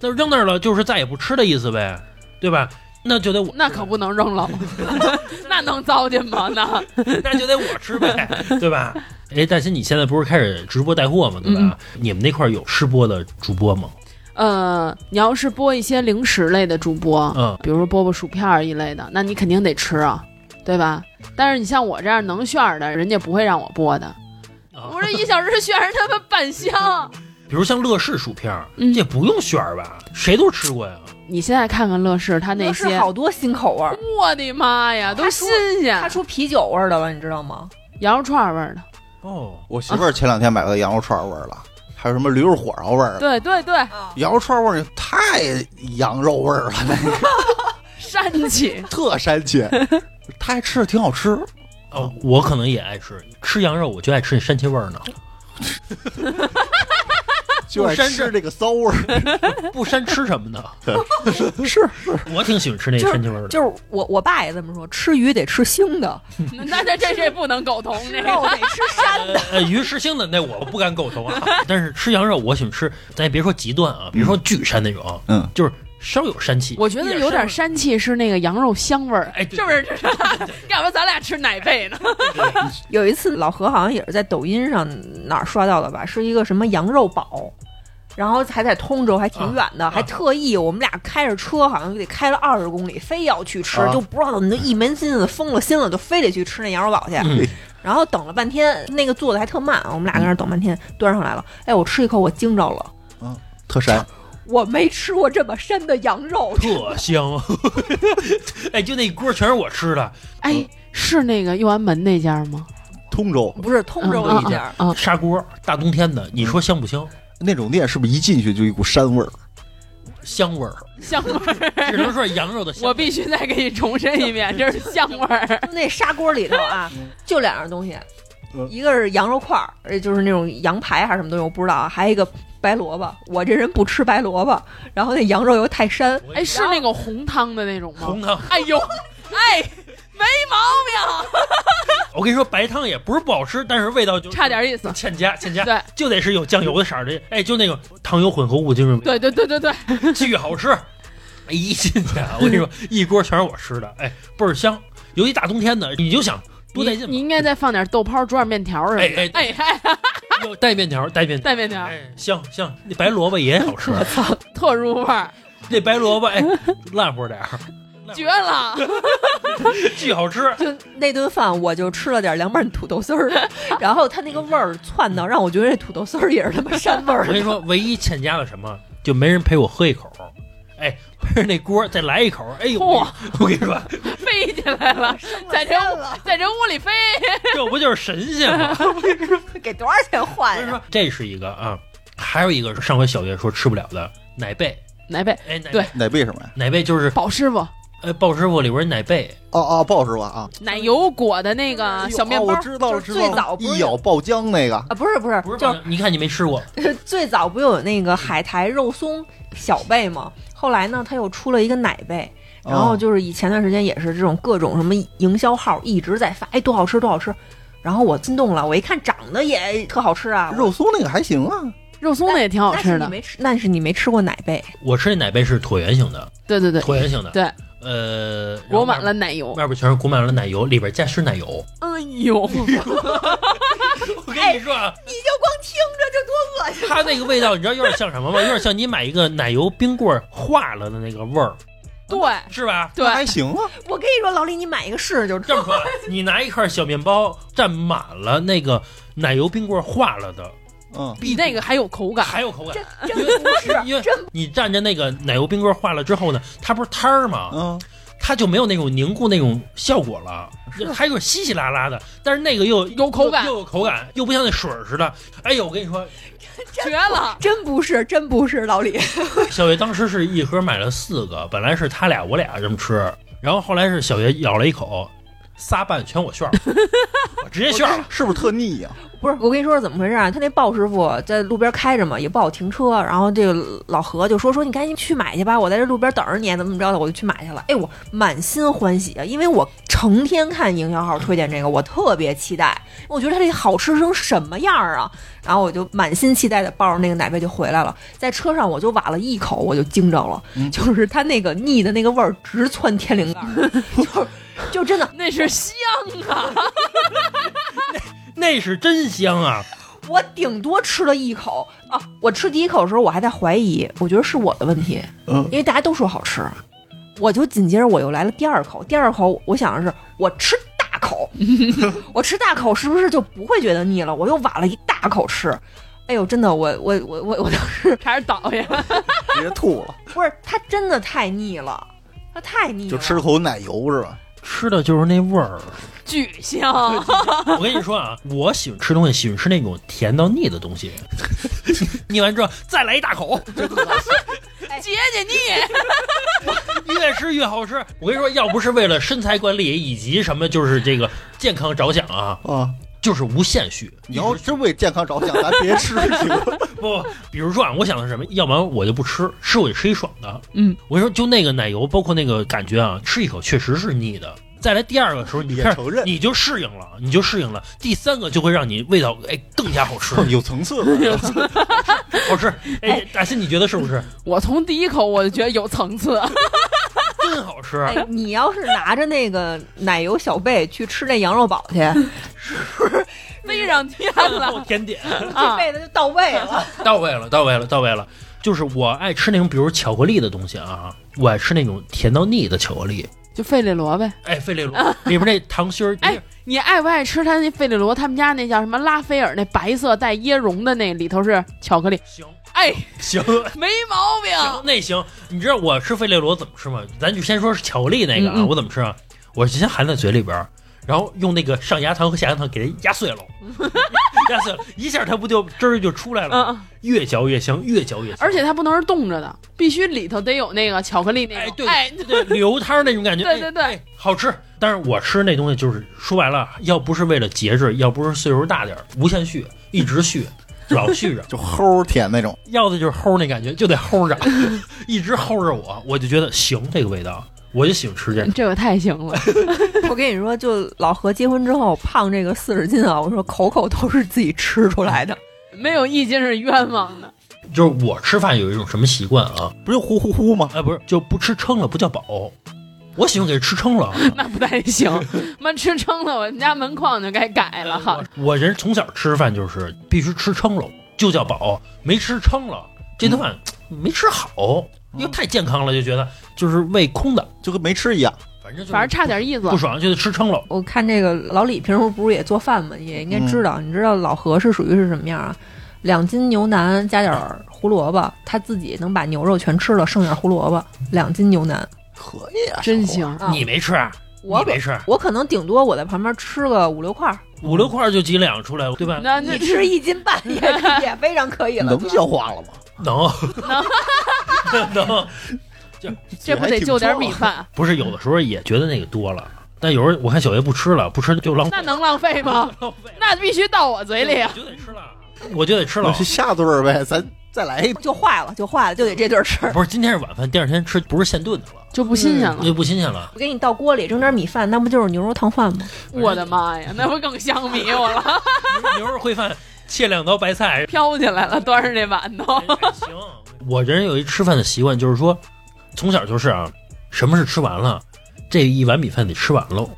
Speaker 2: 那扔那儿了就是再也不吃的意思呗，对吧？那就得 [laughs] 我，
Speaker 6: 那可不能扔了， [laughs] 那能糟践吗？那
Speaker 2: 那就得我吃呗，对吧？哎，大新，你现在不是开始直播带货吗？对吧？你们那块儿有吃播的主播吗？
Speaker 6: 呃，你要是播一些零食类的主播，
Speaker 2: 嗯，
Speaker 6: 比如说播播薯片儿一类的，那你肯定得吃啊，对吧？但是你像我这样能炫儿的，人家不会让我播的。
Speaker 2: 啊
Speaker 6: 我这一小时炫儿他们半箱，
Speaker 2: 比如像乐事薯片儿，
Speaker 6: 嗯
Speaker 2: 这不用选儿吧？谁都吃过呀。
Speaker 6: 你现在看看乐视，他那
Speaker 5: 那是
Speaker 6: 些，
Speaker 5: 好多新口味儿，
Speaker 6: 我的妈呀，都
Speaker 5: 他
Speaker 6: 新
Speaker 5: 说 [laughs]
Speaker 6: 鲜
Speaker 5: 它，出啤酒味儿的了，你知道 [laughs] 吗？
Speaker 6: 羊肉串儿味儿的，
Speaker 2: 哦，
Speaker 3: 我媳妇儿前两天买了羊肉串味儿了，还有什么驴肉火烧味儿的。
Speaker 6: 对对对，
Speaker 3: 羊肉串味儿太羊肉味儿了，那个
Speaker 6: 膻气。 [laughs]
Speaker 3: 特膻气。她还吃的挺好吃，
Speaker 2: 哦，我可能也爱吃，吃羊肉我就爱吃那番茄味儿呢。
Speaker 3: 就爱吃这个骚味儿。
Speaker 2: [laughs] 不膻吃什么呢？
Speaker 3: 是是，
Speaker 2: 我挺喜欢吃那
Speaker 5: 就是
Speaker 2: 番茄味儿的。
Speaker 5: 就是我我爸也这么说，吃鱼得吃腥的，
Speaker 6: 那这这这不能苟同，这
Speaker 5: 肉
Speaker 6: 个
Speaker 5: 得吃膻的。
Speaker 2: 呃，鱼吃腥的那我不敢苟同啊， [laughs] 但是吃羊肉我喜欢吃，咱也别说极端啊，比如说巨膻那种，
Speaker 3: 嗯，
Speaker 2: 就是稍有膻气。
Speaker 6: 我觉得有点
Speaker 2: 膻，
Speaker 6: 膻气是那个羊肉香味儿，
Speaker 2: 哎，对
Speaker 6: [laughs] 是不是？要不咱俩吃奶贝呢？
Speaker 5: [laughs] 有一次老何好像也是在抖音上哪儿刷到的吧，是一个什么羊肉堡，然后还在通州，还挺远的，
Speaker 2: 啊
Speaker 5: 还特意我们俩开着车，好像得开了二十公里，非要去吃，
Speaker 3: 啊
Speaker 5: 就不知道怎么就一门心思疯了心了，就非得去吃那羊肉堡去。
Speaker 2: 嗯
Speaker 5: 然后等了半天，那个做的还特慢，啊我们俩跟那儿等半天，端上来了，哎，我吃一口，我惊着了。
Speaker 3: [laughs] 特膻。
Speaker 5: 我没吃过这么膻的羊肉，
Speaker 2: 特香。 [laughs] 哎，就那一锅全是我吃的，
Speaker 6: [laughs] 哎，是那个右安门那家吗？
Speaker 3: 通州
Speaker 5: 不是通州一家，
Speaker 6: 啊，
Speaker 2: 砂锅，大冬天的，你说香不香？
Speaker 3: 那种店是不是一进去就一股膻味儿？
Speaker 2: 香
Speaker 6: [laughs]
Speaker 2: 味儿，
Speaker 6: 香味儿。
Speaker 2: 只能说是羊肉的香味
Speaker 6: 我
Speaker 2: 儿。
Speaker 6: 必须再给你重申一遍，这是香味儿。
Speaker 5: 就那砂锅里头啊，就两样东西
Speaker 3: 嗯，
Speaker 5: 一个是羊肉块儿，呃就是那种羊排还是什么东西，我不知道啊，还有一个白萝卜。我这人不吃白萝卜，然后那羊肉又太膻，
Speaker 6: [laughs] 哎，是那个红汤的那种吗？
Speaker 2: [laughs] 红汤，
Speaker 6: 哎呦，哎，没毛病，
Speaker 2: 我跟你说，白汤也不是不好吃，但是味道就
Speaker 6: [laughs] 差点意
Speaker 2: [laughs]
Speaker 6: 思。
Speaker 2: 欠佳欠佳，
Speaker 6: 对
Speaker 2: 就得是有酱油的色儿的，哎，就那个糖油混合物，就是
Speaker 6: 对对对对对，
Speaker 2: [laughs] 巨好吃。哎一进去啊，我跟你说，一锅全是我吃的，哎，倍儿香。尤其大冬天的，你就想多带
Speaker 6: 你
Speaker 2: 劲
Speaker 6: 你
Speaker 2: 吧。
Speaker 6: 应该再放点豆泡、煮点面条什么的。
Speaker 2: 哎
Speaker 6: 哎哎， [laughs]
Speaker 2: 有带面条，带面条，
Speaker 6: 带面条，
Speaker 2: 哎，香香。那白萝卜也好
Speaker 6: [laughs]
Speaker 2: 吃，
Speaker 6: 特入味儿，
Speaker 2: 那白萝卜哎，烂乎点儿，
Speaker 6: 绝了！
Speaker 2: 巨好吃。
Speaker 5: 就那顿饭我就吃了点凉拌土豆丝儿，然后它那个味儿窜到让我觉得这土豆丝儿也是他妈膻味
Speaker 2: 我
Speaker 5: 儿
Speaker 2: 跟。你说，唯一欠佳的什么，就没人陪我喝一口。哎，陪着那锅再来一口。哎呦，
Speaker 6: 嚯
Speaker 2: 我跟你说，
Speaker 6: 飞进来了，在这屋
Speaker 4: 了，
Speaker 6: 在这屋里飞。
Speaker 2: 这不就是神仙吗？
Speaker 6: [laughs]
Speaker 5: [laughs]
Speaker 4: 给多少钱换
Speaker 2: 所以
Speaker 4: 呀？
Speaker 2: 说这是一个啊，还有一个是上回小月说吃不了的奶贝，
Speaker 6: 来呗，
Speaker 2: 哎，奶贝
Speaker 6: 对
Speaker 3: 奶贝什么呀？
Speaker 2: 奶贝就是
Speaker 6: 宝师傅，
Speaker 2: 呃，鲍师傅里边奶贝，
Speaker 3: 哦哦，鲍师傅啊，
Speaker 6: 奶油裹的那
Speaker 2: 哎
Speaker 6: 个小面
Speaker 3: 哦
Speaker 6: 包
Speaker 3: 我，知道了，
Speaker 5: 就是
Speaker 3: 知道
Speaker 5: 最
Speaker 3: 了
Speaker 5: 早不是
Speaker 3: 一咬爆浆那个，
Speaker 5: 啊，不是不是，
Speaker 2: 不是
Speaker 5: 就
Speaker 2: 鲍
Speaker 5: 是
Speaker 2: 你看你没吃过，
Speaker 5: 最早不有那个海苔肉松小贝吗？后来呢，他又出了一个奶贝，然后
Speaker 3: 哦
Speaker 5: 就是以前段时间也是这种各种什么营销号一直在发，哎，多好吃多好吃。然后我心动了，我一看长得也特好吃啊，
Speaker 3: 肉松那个还行啊，
Speaker 6: 肉松的也挺好
Speaker 5: 那
Speaker 6: 吃
Speaker 5: 是你
Speaker 6: 的。
Speaker 5: 没吃，那是你没吃过奶贝，
Speaker 2: 我吃那奶贝是椭圆形的，
Speaker 6: 对对对，
Speaker 2: 椭圆形的，
Speaker 6: 对，
Speaker 2: 呃，然后
Speaker 6: 裹满
Speaker 2: 外
Speaker 6: 了奶油。
Speaker 2: 外边全是裹满了奶油，里边加湿奶油。
Speaker 6: 哎呦，哎
Speaker 2: 我跟你说啊，
Speaker 5: 你就光听着就多恶心。
Speaker 2: 它那个味道，你知道有点像什么吗？有点像你买一个奶油冰棍儿化了的那个味儿，
Speaker 6: 对
Speaker 2: 是吧？
Speaker 6: 对，
Speaker 3: 还行啊，
Speaker 5: 我跟你说，老李，你买一个试试就知
Speaker 2: 这
Speaker 5: 道
Speaker 2: 么。说，啊你拿一块小面包蘸满了那个奶油冰棍儿化了的，
Speaker 3: 嗯，
Speaker 6: 比那个还有口
Speaker 2: [laughs]
Speaker 6: 感。
Speaker 2: 还有口感。
Speaker 5: 真真不是，
Speaker 2: 因为你蘸着那个奶油冰棍化了之后呢，它不是摊儿吗？
Speaker 3: 嗯，
Speaker 2: 它就没有那种凝固那种效果了，还有稀稀拉拉的，但是那个又
Speaker 6: 有口感
Speaker 2: 又又有口感，又不像那水儿似的。哎呦，我跟你说， [laughs]
Speaker 6: 绝了！
Speaker 5: 真不是，真不是，老李。
Speaker 2: 小月当时是一盒买了四个，本来是他俩我俩这么吃，然后后来是小月咬了一口，仨半全我炫 [laughs] 了，我直接炫了。
Speaker 3: 是不是特腻呀？
Speaker 5: 不是，我跟你说是怎么回事啊？他那鲍师傅在路边开着嘛，也不好停车。然后这个老何就说：“说你赶紧去买去吧，我在这路边等着你，怎么怎么着的。”我就去买去了。哎，我满心欢喜啊，因为我成天看营销号推荐这个，我特别期待。我觉得它这好吃成什么样儿啊！然后我就满心期待的抱着那个奶贝就回来了。在车上我就挖了一口，我就惊着了，
Speaker 3: 嗯
Speaker 5: 就是它那个腻的那个味儿直窜天灵盖儿， [laughs] 就就真的
Speaker 6: 那是香啊！
Speaker 2: 那是真香啊！
Speaker 5: 我顶多吃了一口啊！我吃第一口的时候，我还在怀疑，我觉得是我的问题，
Speaker 3: 嗯
Speaker 5: 因为大家都说好吃，我就紧接着我又来了第二口，第二口我想的是我吃大
Speaker 3: [laughs]
Speaker 5: 口，我吃大口是不是就不会觉得腻了？我又挖了一大口吃，哎呦，真的，我我我我我当时
Speaker 6: 还是倒呀，
Speaker 3: [laughs] 直接吐了，
Speaker 5: 不是它真的太腻了，它太腻了，
Speaker 3: 就吃了口奶油是吧？
Speaker 2: 吃的就是那味儿。
Speaker 6: 巨 [laughs] 香！
Speaker 2: 我跟你说 [laughs] 啊，我喜欢吃东西，喜欢吃那种甜到腻的东西。 [laughs] 腻完之后再来一大口，
Speaker 6: 解解腻，
Speaker 2: 越吃越好吃。我跟你说，要不是为了身材管理以及什么就是这个健康着想啊，
Speaker 3: 啊，
Speaker 2: 就是无限续。
Speaker 3: 你要真为健康着想，咱别吃行吗
Speaker 2: 不，比如说啊，我想的是什么？要不然我就不吃，吃我就吃一爽的。
Speaker 6: 嗯，
Speaker 2: 我跟你说，就那个奶油，包括那个感觉啊，吃一口确实是腻的。再来第二个的时候，你
Speaker 3: 也
Speaker 2: 开始
Speaker 3: 承认
Speaker 2: 你就适应了，你就适应了。第三个就会让你味道哎更加
Speaker 3: [laughs]
Speaker 2: 好吃，
Speaker 3: 有层次了。
Speaker 2: 好吃。哎，大新，你觉得是不是？
Speaker 6: 我从第一口我就觉得有层次，
Speaker 2: 真好吃。
Speaker 5: 哎，你要是拿着那个奶油小贝去吃那羊肉堡
Speaker 3: [laughs]，
Speaker 5: 去，
Speaker 6: 飞上天
Speaker 2: 哎我
Speaker 6: 了
Speaker 2: 甜点
Speaker 5: 这
Speaker 6: 啊！
Speaker 5: 辈子就到位了。
Speaker 2: [laughs] 到位了，到位了，到位了。就是我爱吃那种，比如巧克力的东西啊，我爱吃那种甜到腻的巧克力。
Speaker 6: 就费列罗呗。
Speaker 2: 哎，费列罗里边那糖心儿，
Speaker 6: 啊哎，你爱不爱吃他那费列罗他们家那叫什么拉菲尔那白色带椰蓉的那里头是巧克力？
Speaker 2: 行
Speaker 6: 哎，
Speaker 2: 行
Speaker 6: 没毛
Speaker 2: 行，
Speaker 6: 病。
Speaker 2: 那行。你知道我吃费列罗怎么吃吗？咱就先说是巧克力那个啊，
Speaker 6: 嗯嗯
Speaker 2: 我怎么吃啊？我先含在嘴里边儿，然后用那个上牙糖和下牙糖给它压碎
Speaker 6: [laughs]
Speaker 2: 了，压碎了一下，它不就汁儿就出来
Speaker 6: 嗯
Speaker 2: 了？
Speaker 6: 嗯，
Speaker 2: 越嚼越香，越嚼越香。
Speaker 6: 而且它不能是冻着的，必须里头得有那个巧克力那
Speaker 2: 哎，
Speaker 6: 种。
Speaker 2: 对
Speaker 6: 哎，
Speaker 2: 对，流汤儿那种感觉，
Speaker 6: 对
Speaker 2: 哎
Speaker 6: 对对
Speaker 2: 哎好吃。但是我吃那东西就是说白了，要不是为了节制，要不是岁数大点儿，无限续，一直 [laughs] 续，老续着
Speaker 3: 就齁甜那种，
Speaker 2: 要的就是齁那感觉，就得 [laughs] 齁着，一直齁着我，我就觉得行这个味道，我就喜欢吃这个。
Speaker 6: [laughs] 这个太行了，
Speaker 5: [laughs] 我跟你说，就老何结婚之后胖这个四十斤啊，我说口口都是自己吃出来的。
Speaker 6: 没有一斤是冤枉的。
Speaker 2: 就是我吃饭有一种什么习惯啊？
Speaker 3: 不就呼呼呼吗？
Speaker 2: 哎，不是，就不吃撑了，不叫饱。我喜欢给吃撑了。
Speaker 6: 那不太行，妈吃撑了，我们家门框就该改了 [laughs] 哈。
Speaker 2: 我我人从小吃饭就是必须吃撑了，就叫饱，没吃撑了，这顿饭没吃好，因为太健康了，就觉得就是胃空的，
Speaker 3: 就跟没吃一样。
Speaker 2: 反正就是
Speaker 6: 反正差点意思
Speaker 2: 不，爽就得吃撑了。
Speaker 5: 我看这个老李平时不是也做饭吗？也应该知道，你知道老何是属于是什么样啊？两斤牛腩加点儿胡萝卜，他自己能把牛肉全吃了，剩点儿胡萝卜，两斤牛腩。
Speaker 3: 可以啊，
Speaker 6: 真
Speaker 3: 小伙
Speaker 6: 行。
Speaker 5: 啊
Speaker 2: 你没吃啊？
Speaker 5: 我
Speaker 2: 你没事儿，
Speaker 5: 我可能顶多我在旁边吃个五六块儿，
Speaker 2: 五六块儿就几两出来，对吧？
Speaker 6: 那那
Speaker 5: 你吃一斤半也也非常可以了。
Speaker 3: 能
Speaker 5: 哥
Speaker 3: 消化了吗？
Speaker 2: 能能，
Speaker 6: 这不得就点米
Speaker 3: 啊
Speaker 6: 饭？
Speaker 2: 不是有的时候也觉得那个多了，但有时候我看小月不吃了，不吃就浪费
Speaker 6: 那能浪费吗？那必须到我嘴里啊！
Speaker 2: 就得吃了，我就得吃
Speaker 3: 那 [laughs]
Speaker 2: 了啊
Speaker 3: 就。下顿儿呗，咱再来一。
Speaker 5: 就坏了，就坏了，就得这顿吃。 [laughs]
Speaker 2: 不是今天是晚饭，第二天吃不是现炖的了，
Speaker 6: 就不啊新鲜了
Speaker 2: 那。就不新鲜了。
Speaker 5: 我给你倒锅里扔点米饭，那不就是牛肉烫饭吗？
Speaker 6: 我的妈呀，那不更香迷我了？ [laughs]
Speaker 2: 牛肉烩饭切两刀白菜，
Speaker 6: 飘起来了，端着这馒头。
Speaker 2: 行。我这人有一吃饭的习惯，就是说从小就是啊，什么是吃完了，这一碗米饭得吃完喽。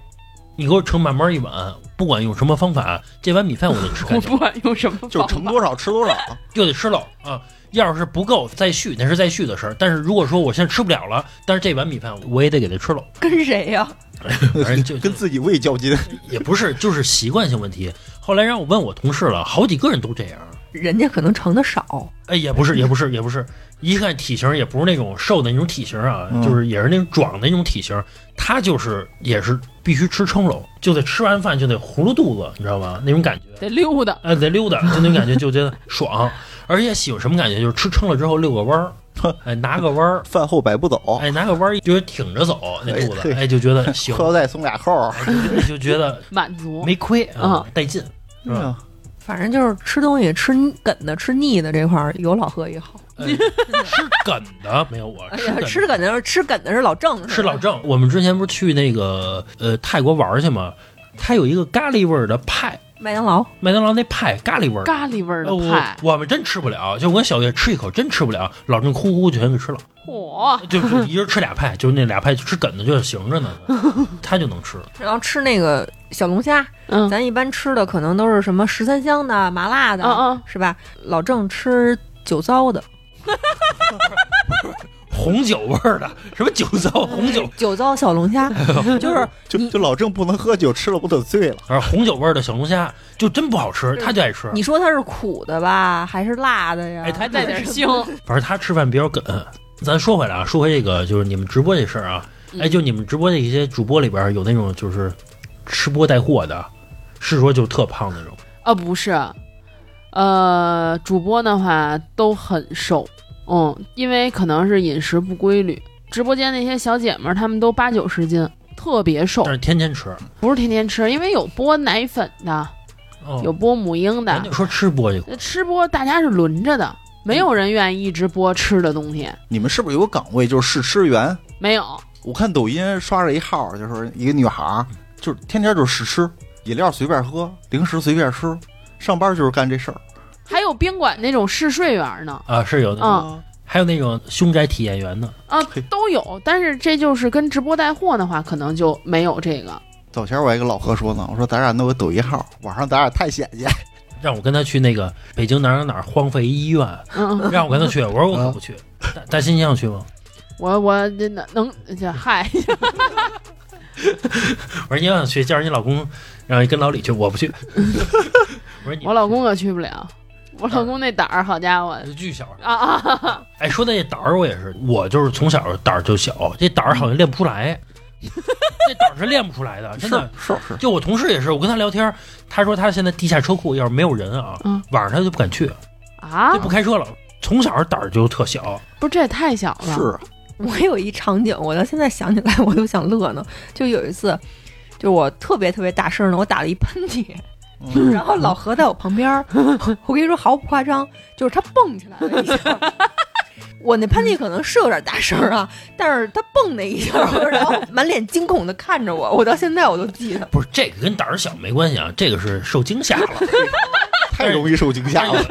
Speaker 2: 你给我盛慢慢一碗，不管用什么方法，这碗米饭我得吃
Speaker 6: 我
Speaker 2: 干净，
Speaker 6: 不管用什么方法，
Speaker 3: 就是盛多少吃多少，
Speaker 2: 就得吃喽啊。要是不够再续，那是再续的事儿。但是如果说我现在吃不了了，但是这碗米饭我也得给它吃喽。
Speaker 5: 跟谁呀、
Speaker 2: [laughs] 反正就
Speaker 3: 跟自己胃较劲。
Speaker 2: 也不是，就是习惯性问题。后来让我问我同事了，好几个人都这样。
Speaker 5: 人家可能盛的少，
Speaker 2: 哎，也不是，也不是，也不是，一看体型也不是那种瘦的那种体型啊，
Speaker 3: 嗯
Speaker 2: 就是也是那种壮的那种体型。他就是也是必须吃撑喽，就得吃完饭就得葫芦肚子，你知道吗？那种感觉，
Speaker 6: 得溜达。
Speaker 2: 哎，得溜达，就那种感觉就觉得爽，而且喜欢什么感觉？就是吃撑了之后遛个弯儿，哎，拿个弯儿，
Speaker 3: 饭后百步走，
Speaker 2: 哎，拿个弯儿，觉得挺着走那肚子，哎，就觉得行，
Speaker 3: 裤腰带松俩扣儿。
Speaker 2: 哎就觉得
Speaker 6: 满足，
Speaker 2: 没亏啊
Speaker 6: 嗯，
Speaker 5: [laughs]
Speaker 2: 带劲。是吧
Speaker 5: 反正就是吃东西吃梗的、吃腻的这块儿有老何一好。
Speaker 2: 哎吃梗的没有我，
Speaker 5: 哎
Speaker 2: 吃
Speaker 5: 呀
Speaker 2: 梗，的
Speaker 5: 吃梗的吃梗的是老郑，
Speaker 2: 是老郑。我们之前不是去那个呃泰国玩去吗？他有一个咖喱味儿的派，
Speaker 5: 麦当劳，
Speaker 2: 麦当劳那派咖喱味儿的。
Speaker 6: 咖喱味儿的
Speaker 2: 呃
Speaker 6: 派，
Speaker 2: 我我们真吃不了，就我跟小月吃一口真吃不了，老郑哭哭全给吃了，
Speaker 6: 嚯，
Speaker 2: 就是 [laughs] 一人吃俩派，就是那俩派吃梗的就是行着
Speaker 6: [laughs]
Speaker 2: 呢，他就能吃。
Speaker 5: 然后吃那个小龙虾，
Speaker 6: 嗯
Speaker 5: 咱一般吃的可能都是什么十三香的、麻辣的，
Speaker 6: 嗯嗯，
Speaker 5: 是吧？老郑吃酒糟的，
Speaker 2: 红酒味儿的，什么酒糟红
Speaker 6: [laughs]
Speaker 2: 酒，
Speaker 5: 酒糟小龙
Speaker 2: [laughs]
Speaker 5: 虾，就是
Speaker 3: 就就老郑不能喝酒，吃了不得醉了。
Speaker 2: 而红酒味儿的小龙虾就真不好吃，他就爱吃。
Speaker 5: 你说它是苦的吧，还是辣的呀？
Speaker 2: 哎，他
Speaker 6: 还带
Speaker 2: [laughs]
Speaker 6: 点腥，
Speaker 2: 反正他吃饭比较梗。咱说回来啊，说回这个就是你们直播这事儿啊，
Speaker 6: 嗯
Speaker 2: 哎，就你们直播的一些主播里边儿有那种就是吃播带货的，是说就特胖那种，
Speaker 6: 啊，不是，呃，主播的话都很瘦，嗯，因为可能是饮食不规律。直播间那些小姐们儿，她们都八九十斤，特别瘦
Speaker 2: 但，是天天吃。
Speaker 6: 不是天天吃，因为有剥奶粉的，
Speaker 2: 哦
Speaker 6: 有呃剥母婴
Speaker 2: 咱
Speaker 6: 的
Speaker 2: 就，说吃播这块，
Speaker 6: 那吃播大家是轮着的，没有人愿意一直播吃的东西，
Speaker 3: 你们是不是有个岗位就是试吃员？
Speaker 6: 没有，
Speaker 3: 我看抖音刷着一号，就是一个女孩儿，就是天天就是试吃，饮料随便喝，零食随便吃，上班就是干这事儿。
Speaker 6: 还有宾馆那种试睡员呢，
Speaker 2: 啊，是有那种，
Speaker 6: 嗯
Speaker 3: 啊，
Speaker 2: 还有那种凶宅体验员的，
Speaker 6: 啊
Speaker 3: 嘿，
Speaker 6: 都有，但是这就是跟直播带货的话，可能就没有这个。
Speaker 3: 早前我还跟老何说呢，我说咱俩弄个抖音号，晚上咱俩探险去。
Speaker 2: 让我跟他去那个北京哪儿哪儿哪儿荒废医
Speaker 6: [laughs]
Speaker 2: 院，
Speaker 6: 嗯，嗯
Speaker 2: 让我跟他去，我说我可不去。大大新你想去吗？
Speaker 6: 我我这能能这嗨，
Speaker 2: 我说你要想去，叫上你老公，让你跟老李去，我不
Speaker 6: [laughs]
Speaker 2: 去。我说你
Speaker 6: 我老公可去不了，我老公那胆儿，好家伙
Speaker 2: 巨小
Speaker 6: 啊啊！
Speaker 2: 哎，说到这胆儿，我也是，我就是从小胆儿就小，这胆儿好像练不出来，
Speaker 6: 嗯
Speaker 2: 这胆儿是练不出来的，真的。
Speaker 3: 是是，
Speaker 2: 就我同事也是，我跟他聊天儿，他说他现在地下车库要是没有人啊，
Speaker 6: 嗯
Speaker 2: 晚上他就不敢去，
Speaker 6: 啊
Speaker 2: 就，不开车了。从小胆儿就特小，
Speaker 6: 不是这也太小 [laughs] 了，
Speaker 3: 是
Speaker 5: [laughs] 我有一场景，我到现在想起来我都想乐呢。就有一次，就我特别特别大声的，我打了一喷嚏，
Speaker 3: 嗯
Speaker 5: 然后老何在我旁边儿， [laughs] 我跟你说毫不夸张，就是他蹦起来了一下。我那喷嚏可能是有点大声啊，但是他蹦那一下，然后满脸惊恐的看着我，我到现在我都记得。
Speaker 2: 不是这个跟胆儿小没关系啊，这个是受惊吓
Speaker 6: [laughs]
Speaker 2: 了。
Speaker 3: 太容易受惊吓了，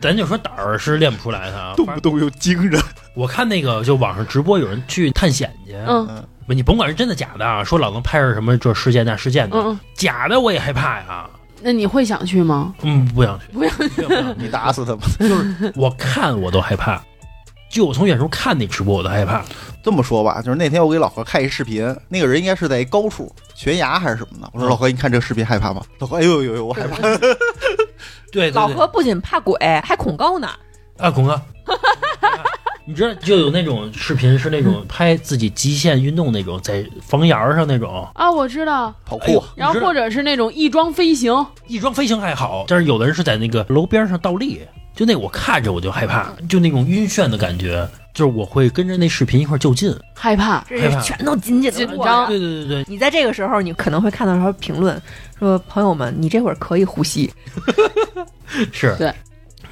Speaker 2: 咱就说胆儿是练不出来的啊。
Speaker 3: 动不动就惊人。
Speaker 2: 我看那个就网上直播有人去探险去，
Speaker 6: 嗯
Speaker 2: 你甭管是真的假的啊，说老能拍着什么这事件那事件的，
Speaker 6: 嗯嗯，
Speaker 2: 假的我也害怕呀。
Speaker 6: 那你会想去吗？
Speaker 2: 嗯，不想去，
Speaker 6: 不想
Speaker 2: 去，不想去
Speaker 3: 你打死他吧！
Speaker 2: 我看我都害怕，就我从远处看那直播我都害怕。
Speaker 3: 这么说吧，就是那天我给老何看一视频，那个人应该是在一高处悬崖还是什么的。我说老何，你看这个视频害怕吗？老何，哎呦呦呦，我害怕。
Speaker 2: 对对对
Speaker 5: 老何不仅怕鬼，还恐高呢。
Speaker 2: 啊，孔哥， [laughs] 你知道就有那种视频是那种拍自己极限运动那种，在房檐儿上那种，
Speaker 6: 啊，我知道。
Speaker 7: 跑
Speaker 2: 哎呦
Speaker 3: 啊
Speaker 7: 酷，
Speaker 6: 然后或者是那种翼装飞行，
Speaker 2: 翼装飞行还好，但是有的人是在那个楼边上倒立，就那我看着我就害怕，就那种晕眩的感觉，就是我会跟着那视频一块儿就近。
Speaker 6: 害怕。
Speaker 5: 这是全都紧紧
Speaker 6: 紧
Speaker 5: 的
Speaker 6: 张
Speaker 5: 握着。
Speaker 2: 对对对对，
Speaker 5: 你在这个时候，你可能会看到说评论说：“朋友们，你这会儿可以呼吸。
Speaker 2: 是，
Speaker 6: 对。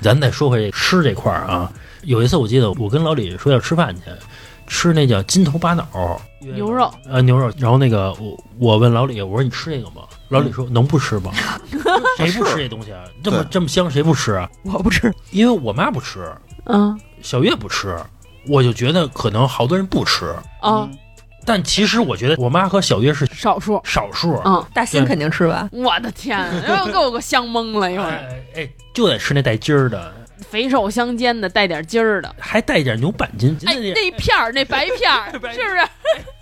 Speaker 2: 咱再说回吃这块儿啊，有一次我记得我跟老李说要吃饭去，吃那叫筋头巴脑
Speaker 6: 牛肉，
Speaker 2: 呃牛肉，然后那个我我问老李，我说你吃这个吗？老李说能不吃吗？谁不吃这东西啊？这么
Speaker 3: 对
Speaker 2: 这么香，谁不吃啊？”
Speaker 5: 我不吃，
Speaker 2: 因为我妈不吃，
Speaker 6: 嗯
Speaker 2: 小月不吃，我就觉得可能好多人不吃，
Speaker 3: 嗯
Speaker 6: 啊，
Speaker 2: 但其实我觉得我妈和小月是
Speaker 6: 少数。
Speaker 2: 少数。
Speaker 6: 嗯，
Speaker 5: 大新肯定吃吧。
Speaker 6: 我的天，又给我个香懵了一会 [laughs] 儿，
Speaker 2: 哎哎，就得吃那带筋儿的，
Speaker 6: 肥瘦相间的，带点筋儿的。
Speaker 2: 还带一点牛板筋，
Speaker 6: 哎，
Speaker 2: 那那
Speaker 6: 那片儿，那 [laughs] 白片儿，是不是？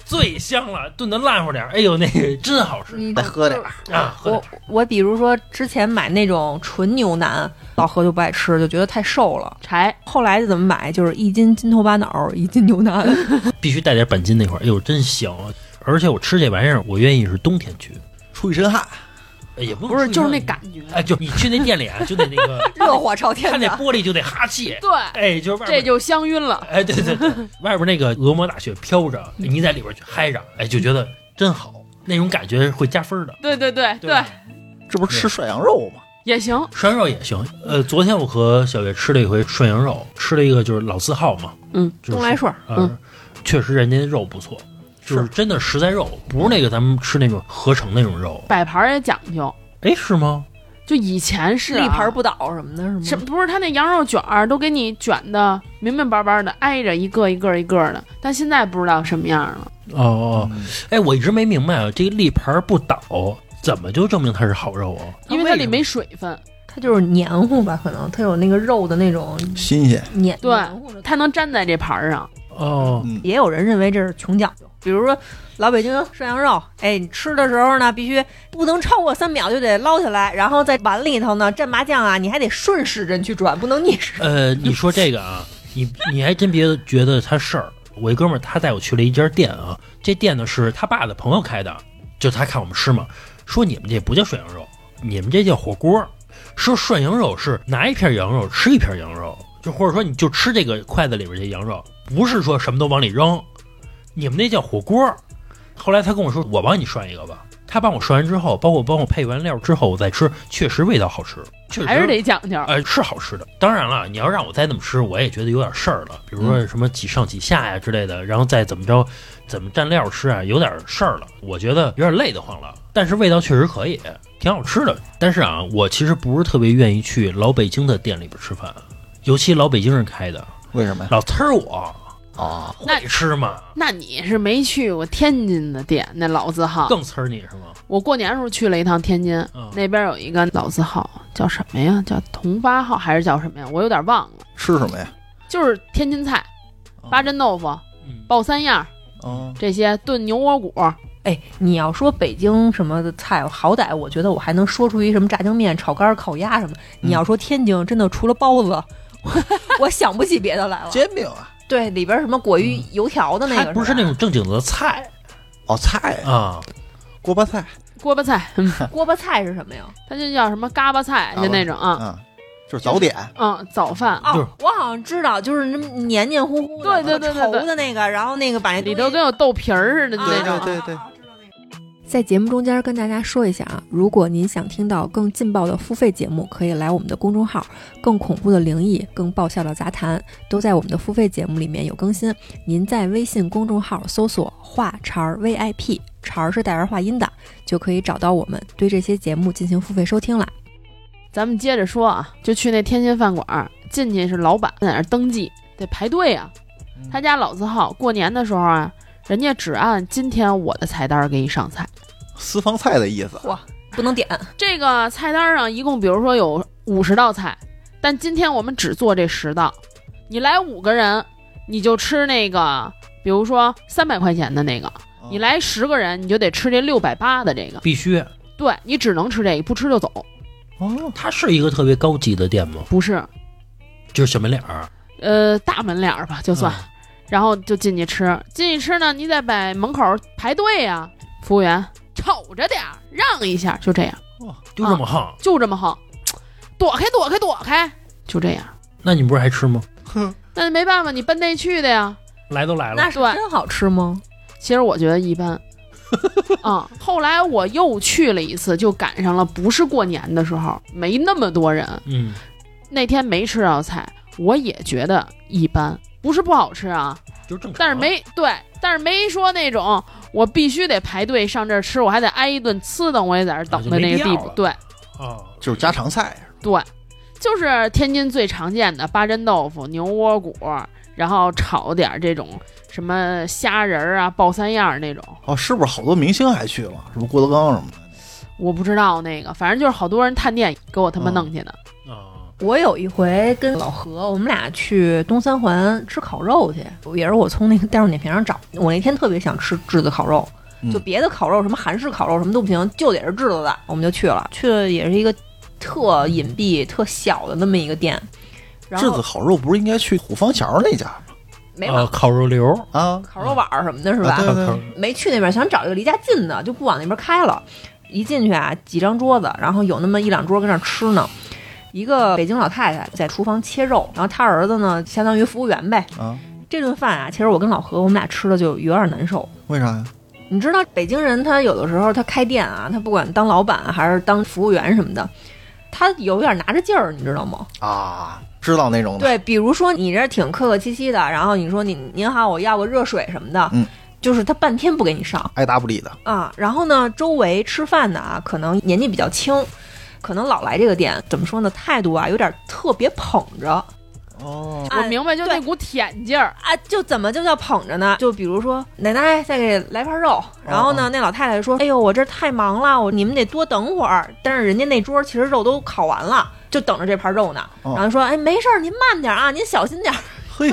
Speaker 2: 最香了，炖的烂乎点儿，哎呦，那个真好吃
Speaker 5: 你
Speaker 7: 再喝点儿。
Speaker 2: 啊！喝点
Speaker 5: 我我比如说之前买那种纯牛腩，老何就不爱吃，就觉得太瘦了。
Speaker 6: 柴
Speaker 5: 后来就怎么买，就是一斤筋头巴脑，一斤牛 [laughs] 腩。
Speaker 2: 必须带点板筋那块儿，哎呦，真香！而且我吃这玩意儿，我愿意是冬天去，
Speaker 7: 出一身汗，
Speaker 2: 哎也不
Speaker 6: 不是，
Speaker 2: 出去
Speaker 6: 就是那感觉。
Speaker 2: 哎，就你去那店里啊，就得那
Speaker 6: [laughs]
Speaker 2: 个
Speaker 5: 热火朝天
Speaker 2: 他
Speaker 5: 的
Speaker 2: 那玻璃就得啊哈气，
Speaker 6: 对，
Speaker 2: 哎，就是外边
Speaker 6: 这就香晕了。
Speaker 2: 哎，对对对，外边那个鹅毛大雪飘着，
Speaker 6: 嗯
Speaker 2: 你在里边去嗨着，哎，就觉得真好，那种感觉会加分的。
Speaker 6: 对对对
Speaker 2: 对吧，
Speaker 7: 这不是吃涮羊肉吗？
Speaker 6: 也行。
Speaker 2: 涮羊肉也行。呃，昨天我和小月吃了一回涮羊肉，吃了一个就是老字号嘛，
Speaker 6: 嗯，
Speaker 2: 就是
Speaker 5: 东来顺儿，
Speaker 2: 呃
Speaker 6: 嗯
Speaker 2: 确实人家肉不错，就是真的实在肉，不是那个咱们吃那种合成那种肉。
Speaker 6: 摆盘儿也讲究，
Speaker 2: 哎，是吗？
Speaker 6: 就以前是啊
Speaker 5: 立盘不倒什么的，
Speaker 2: 嗯
Speaker 5: 是
Speaker 6: 什
Speaker 5: 吗？
Speaker 6: 不是他那羊肉卷儿都给你卷的明明白白的，挨着一个一个一个的，但现在不知道什么样了。
Speaker 2: 哦哦，哎，我一直没明白啊，这个立盘不倒怎么就证明它是好肉啊？
Speaker 6: 因为它
Speaker 2: 为
Speaker 6: 里
Speaker 2: 什么
Speaker 6: 没水分，
Speaker 5: 它就是黏糊吧，可能它有那个肉的那种
Speaker 7: 新鲜，
Speaker 5: 黏
Speaker 6: 对
Speaker 5: 黏糊的。
Speaker 6: 它能粘在这盘儿上。
Speaker 2: 哦，
Speaker 7: 嗯，
Speaker 5: 也有人认为这是穷讲究，比如说老北京涮羊肉，哎，你吃的时候呢，必须不能超过三秒就得捞起来，然后在碗里头呢蘸麻酱啊，你还得顺时针去转，不能逆时。
Speaker 2: [laughs] 呃，你说这个啊，你你还真别觉得他事儿。我一哥们儿他带我去了一家店啊，这店呢是他爸的朋友开的，就他看我们吃嘛，说你们这不叫涮羊肉，你们这叫火锅。说涮羊肉是拿一片羊肉吃一片羊肉，就或者说你就吃这个筷子里边这羊肉，不是说什么都往里扔。你们那叫火锅。后来他跟我说，我帮你涮一个吧。他帮我涮完之后，包括帮我配完料之后，我再吃，确实味道好吃，确实
Speaker 6: 还是得讲究。
Speaker 2: 呃，是好吃的。当然了，你要让我再那么吃，我也觉得有点事儿了。比如说什么几上几下呀之类的，然后再怎么着，怎么蘸料吃啊，有点事儿了。我觉得有点累得慌了。但是味道确实可以，挺好吃的。但是啊，我其实不是特别愿意去老北京的店里边吃饭，尤其老北京人开的，
Speaker 7: 为什么呀？
Speaker 2: 老呲儿我
Speaker 7: 啊，
Speaker 2: 会吃吗？
Speaker 6: 那你是没去过天津的店，那老字号。
Speaker 2: 更呲儿你是吗？
Speaker 6: 我过年时候去了一趟天津，
Speaker 2: 嗯
Speaker 6: 那边有一个老字号，叫什么呀？叫同八号还是叫什么呀？我有点忘了。
Speaker 7: 吃什么呀？
Speaker 6: 就是天津菜、
Speaker 2: 啊
Speaker 6: 八珍豆腐、
Speaker 2: 嗯，
Speaker 6: 爆三样
Speaker 3: 哦
Speaker 7: 啊，
Speaker 6: 这些，炖牛窝骨，
Speaker 5: 哎，你要说北京什么的菜，好歹我觉得我还能说出一什么炸酱面、炒肝、烤鸭什么。你要说天津，真的除了包 [laughs] 子，我我想不起别的来了。
Speaker 7: 煎饼啊，
Speaker 5: 对，里边什么果鱼油条的那
Speaker 2: 它
Speaker 5: 个，
Speaker 2: 不是
Speaker 5: 吧
Speaker 2: 那种正经的菜
Speaker 7: 哦，菜，
Speaker 2: 啊，
Speaker 7: 锅巴菜，
Speaker 6: 锅巴菜，嗯，
Speaker 5: 锅巴菜是什么呀？
Speaker 6: 它就叫什么嘎巴菜，
Speaker 7: 嘎巴
Speaker 6: 就那种啊，
Speaker 7: 嗯，就是早点，
Speaker 6: 嗯，早饭
Speaker 2: 就是
Speaker 5: 哦，我好像知道，就是那么黏黏糊糊的，
Speaker 6: 对对对对对
Speaker 5: 稠的那个，然后那个把那
Speaker 6: 里
Speaker 5: 东
Speaker 6: 头
Speaker 5: 西
Speaker 6: 跟有豆皮儿似的
Speaker 5: 啊
Speaker 6: 那
Speaker 7: 对
Speaker 6: 种
Speaker 7: 对。对对
Speaker 8: 在节目中间跟大家说一下啊，如果您想听到更劲爆的付费节目，可以来我们的公众号，更恐怖的灵异、更爆笑的杂谈，都在我们的付费节目里面有更新。您在微信公众号搜索“话茬儿 VIP”，茬儿是带儿化音的，就可以找到我们，对这些节目进行付费收听啦。
Speaker 6: 咱们接着说啊，就去那天津饭馆儿，进去是老板在那儿登记，得排队啊。他家老字号，过年的时候啊，人家只按今天我的菜单儿给你上菜。
Speaker 7: 私房菜的意思，
Speaker 5: 不能点，
Speaker 6: 这个菜单上一共，比如说有五十道菜，但今天我们只做这十道。你来五个人，你就吃那个，比如说三百块钱的那
Speaker 3: 哦
Speaker 6: 个；
Speaker 7: 嗯
Speaker 6: 你来十个人，你就得吃这六百八的这个。
Speaker 2: 必须。
Speaker 6: 对你只能吃这个，不吃就走。
Speaker 7: 哦，
Speaker 2: 它是一个特别高级的店吗？
Speaker 6: 不是，
Speaker 2: 就是小门脸儿，
Speaker 6: 呃大门脸儿吧，就算，然后就进去吃，进去吃呢，你得在门口排队呀、服务员瞅着点儿，让一下，就这样，
Speaker 2: 就这么横。
Speaker 6: 就这么横，躲开，躲开，躲开，就这样。
Speaker 2: 那你不是还吃吗？
Speaker 6: 那没办法，你奔那去的呀。
Speaker 2: 来都来了
Speaker 5: 那，是真好吃吗？
Speaker 6: 其实我觉得一般。啊、后来我又去了一次，就赶上了不是过年的时候，没那么多人。
Speaker 2: 嗯，
Speaker 6: 那天没吃到菜，我也觉得一般，不是不好吃啊，
Speaker 2: 就正常。
Speaker 6: 但是没对，但是没说那种我必须得排队上这儿吃，我还得挨一顿呲瞪，我也在这儿等的那个地
Speaker 2: 啊就没必要
Speaker 6: 步
Speaker 2: 了。
Speaker 6: 对
Speaker 2: 啊，
Speaker 3: 就是家常菜。
Speaker 6: 对，就是天津最常见的八珍豆腐、牛窝骨，然后炒点儿这种什么虾仁儿啊、爆三样儿那种。
Speaker 3: 哦，是不是好多明星还去了？什么郭德纲什么的？
Speaker 6: 我不知道那个，反正就是好多人探店给我他妈
Speaker 3: 嗯
Speaker 6: 弄去的。
Speaker 2: 啊，
Speaker 5: 我有一回跟老何，我们俩去东三环吃烤肉去，也是我从那个带肉点评上找。我那天特别想吃炙子烤肉，
Speaker 3: 嗯
Speaker 5: 就别的烤肉，什么韩式烤肉什么都不行，就得是炙子的，我们就去了。去了也是一个特隐蔽、特小的那么一个店，然
Speaker 3: 炙
Speaker 5: 后
Speaker 3: 子烤肉不是应该去虎坊桥那家吗？
Speaker 5: 没有
Speaker 2: 啊，烤肉流儿
Speaker 3: 啊，
Speaker 5: 烤肉碗儿什么的，是吧？
Speaker 3: 啊对
Speaker 2: 啊烤肉
Speaker 5: 没去那边，想找一个离家近的，就不往那边开了。一进去啊，几张桌子，然后有那么一两桌跟那儿吃呢。一个北京老太太在厨房切肉，然后她儿子呢，相当于服务员呗。
Speaker 3: 啊，
Speaker 5: 这顿饭啊，其实我跟老何我们俩吃的就有点难受。
Speaker 3: 为啥呀？
Speaker 5: 你知道北京人他有的时候他开店啊，他不管当老板还是当服务员什么的，他有点拿着劲儿，你知道吗？
Speaker 3: 啊，知道那种的。
Speaker 5: 对，比如说你这挺客客气气的，然后你说你您好，我要个热水什么的，
Speaker 3: 嗯
Speaker 5: 就是他半天不给你上。
Speaker 3: 爱答不理的，
Speaker 5: 啊，然后呢，周围吃饭的啊，可能年纪比较轻，可能老来这个店，怎么说呢，态度啊有点特别捧着
Speaker 3: 哦，
Speaker 6: 我明白，就那
Speaker 5: 哎对
Speaker 6: 股舔劲儿，
Speaker 5: 啊，就怎么就叫捧着呢？就比如说奶奶再给来盘肉，然后呢，那老太太说，哎呦，我这太忙了，我你们得多等会儿。但是人家那桌其实肉都烤完了，就等着这盘肉呢。
Speaker 3: 哦
Speaker 5: 然后说，哎，没事儿，您慢点儿啊，您小心点儿。
Speaker 3: 嘿，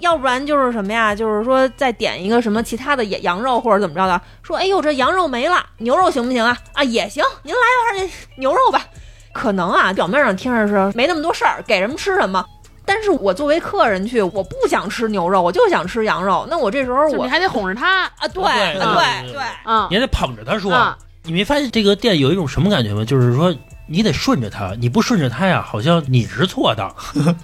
Speaker 5: 要不然就是什么呀？就是说再点一个什么其他的羊羊肉或者怎么着的，说哎呦这羊肉没了，牛肉行不行啊？啊也行，您来碗牛肉吧。可能啊，表面上听着是没那么多事儿，给什么吃什么。但是我作为客人去，我不想吃牛肉，我就想吃羊肉。那我这时候
Speaker 6: 就
Speaker 5: 我
Speaker 6: 你还得哄着他
Speaker 5: 啊，对
Speaker 2: 对对
Speaker 5: 啊
Speaker 2: 对
Speaker 5: 对
Speaker 2: 对
Speaker 5: 对，
Speaker 6: 啊
Speaker 2: 你还得捧着他说。
Speaker 6: 啊！
Speaker 2: 你没发现这个店有一种什么感觉吗？就是说你得顺着他，你不顺着他呀，好像你是错的。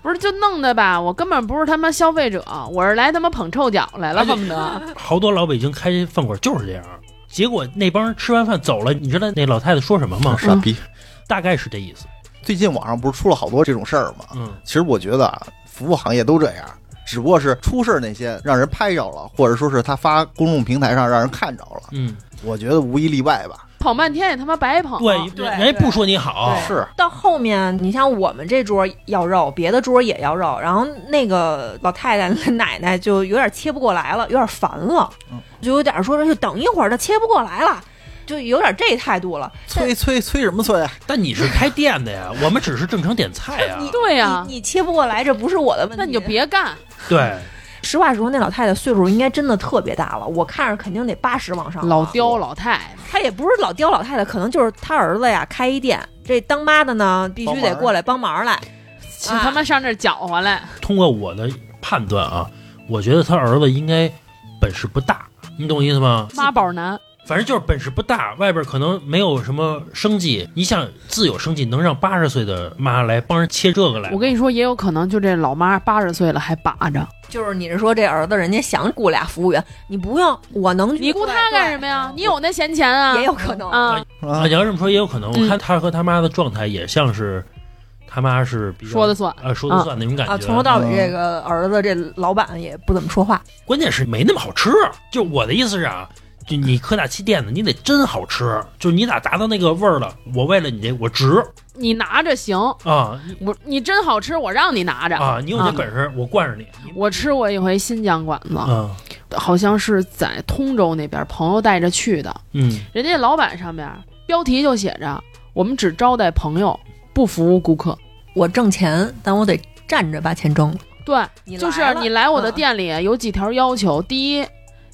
Speaker 6: 不是就弄的吧？我根本不是他妈消费者，我是来他妈捧臭脚来了，
Speaker 2: 而且
Speaker 6: 恨不
Speaker 5: 嗯
Speaker 6: 得。
Speaker 2: 好多老北京开饭馆就是这样。结果那帮人吃完饭走了，你知道那老太太说什么吗？
Speaker 3: 傻逼！
Speaker 2: 大概是这意思。
Speaker 3: 嗯最近网上不是出了好多这种事儿吗？
Speaker 2: 嗯，
Speaker 3: 其实我觉得啊，服务行业都这样，只不过是出事儿那些让人拍着了，或者说是他发公众平台上让人看着了，
Speaker 2: 嗯，
Speaker 3: 我觉得无一例外吧。
Speaker 6: 捧半天也他妈白捧。
Speaker 2: 对，
Speaker 5: 哦对
Speaker 2: 人家不说你好，
Speaker 5: 对
Speaker 3: 哦是
Speaker 5: 到后面，你像我们这桌要肉，别的桌也要肉，然后那个老太太、那奶奶就有点切不过来了，有点烦了，就有点说这就等一会儿，她切不过来了，就有点这态度了。
Speaker 3: 催催催什么催？啊
Speaker 2: 但你是开店的呀，我们只是正常点菜呀。
Speaker 6: 对
Speaker 5: [laughs]
Speaker 6: 呀、
Speaker 5: 你你切不过来，这不是我的问题。
Speaker 6: 那你就别干。
Speaker 2: 对，
Speaker 5: 实话实说，那老太太岁数应该真的特别大了，我看着肯定得八十往上了。
Speaker 6: 老刁老太
Speaker 5: 她也不是老刁老太太，可能就是她儿子呀开一店，这当妈的呢必须得过来帮忙来。
Speaker 6: 请他妈上这儿搅和来。
Speaker 2: 通过我的判断啊，我觉得他儿子应该本事不大，你懂我意思吗？
Speaker 6: 妈宝男，
Speaker 2: 反正就是本事不大，外边可能没有什么生计。你想自有生计，能让八十岁的妈来帮人切这个来吗？
Speaker 6: 我跟你说，也有可能就这老妈八十岁了还把着，
Speaker 5: 就是你是说这儿子人家想雇俩服务员，你不用，我能去
Speaker 6: 你雇他干什么呀？你有那闲钱啊？
Speaker 5: 也有可能。
Speaker 6: 啊，
Speaker 2: 啊，你要这么说也有可能。
Speaker 6: 嗯
Speaker 2: 我看他和他妈的状态也像是，他妈是比较
Speaker 6: 说的算。
Speaker 2: 呃说的算那种感觉。
Speaker 5: 啊，从头到尾这个儿子这老板也不怎么说话，
Speaker 2: 关键是没那么好吃。就我的意思是啊，就你科大气垫子，你得真好吃，就是你咋达到那个味儿了？我为了你这，我值
Speaker 6: 你拿着行，
Speaker 2: 啊
Speaker 6: 我你真好吃，我让你拿着
Speaker 2: 啊！你有这本事，我惯着你。
Speaker 6: 嗯我吃过一回新疆馆子，
Speaker 2: 啊，
Speaker 6: 好像是在通州那边，朋友带着去的。
Speaker 2: 嗯
Speaker 6: 人家老板上面标题就写着：“我们只招待朋友，不服务顾客。
Speaker 5: 我挣钱，但我得站着把钱挣。”
Speaker 6: 对，
Speaker 5: 你
Speaker 6: 就是你来我的
Speaker 5: 嗯
Speaker 6: 店里有几条要求：第一，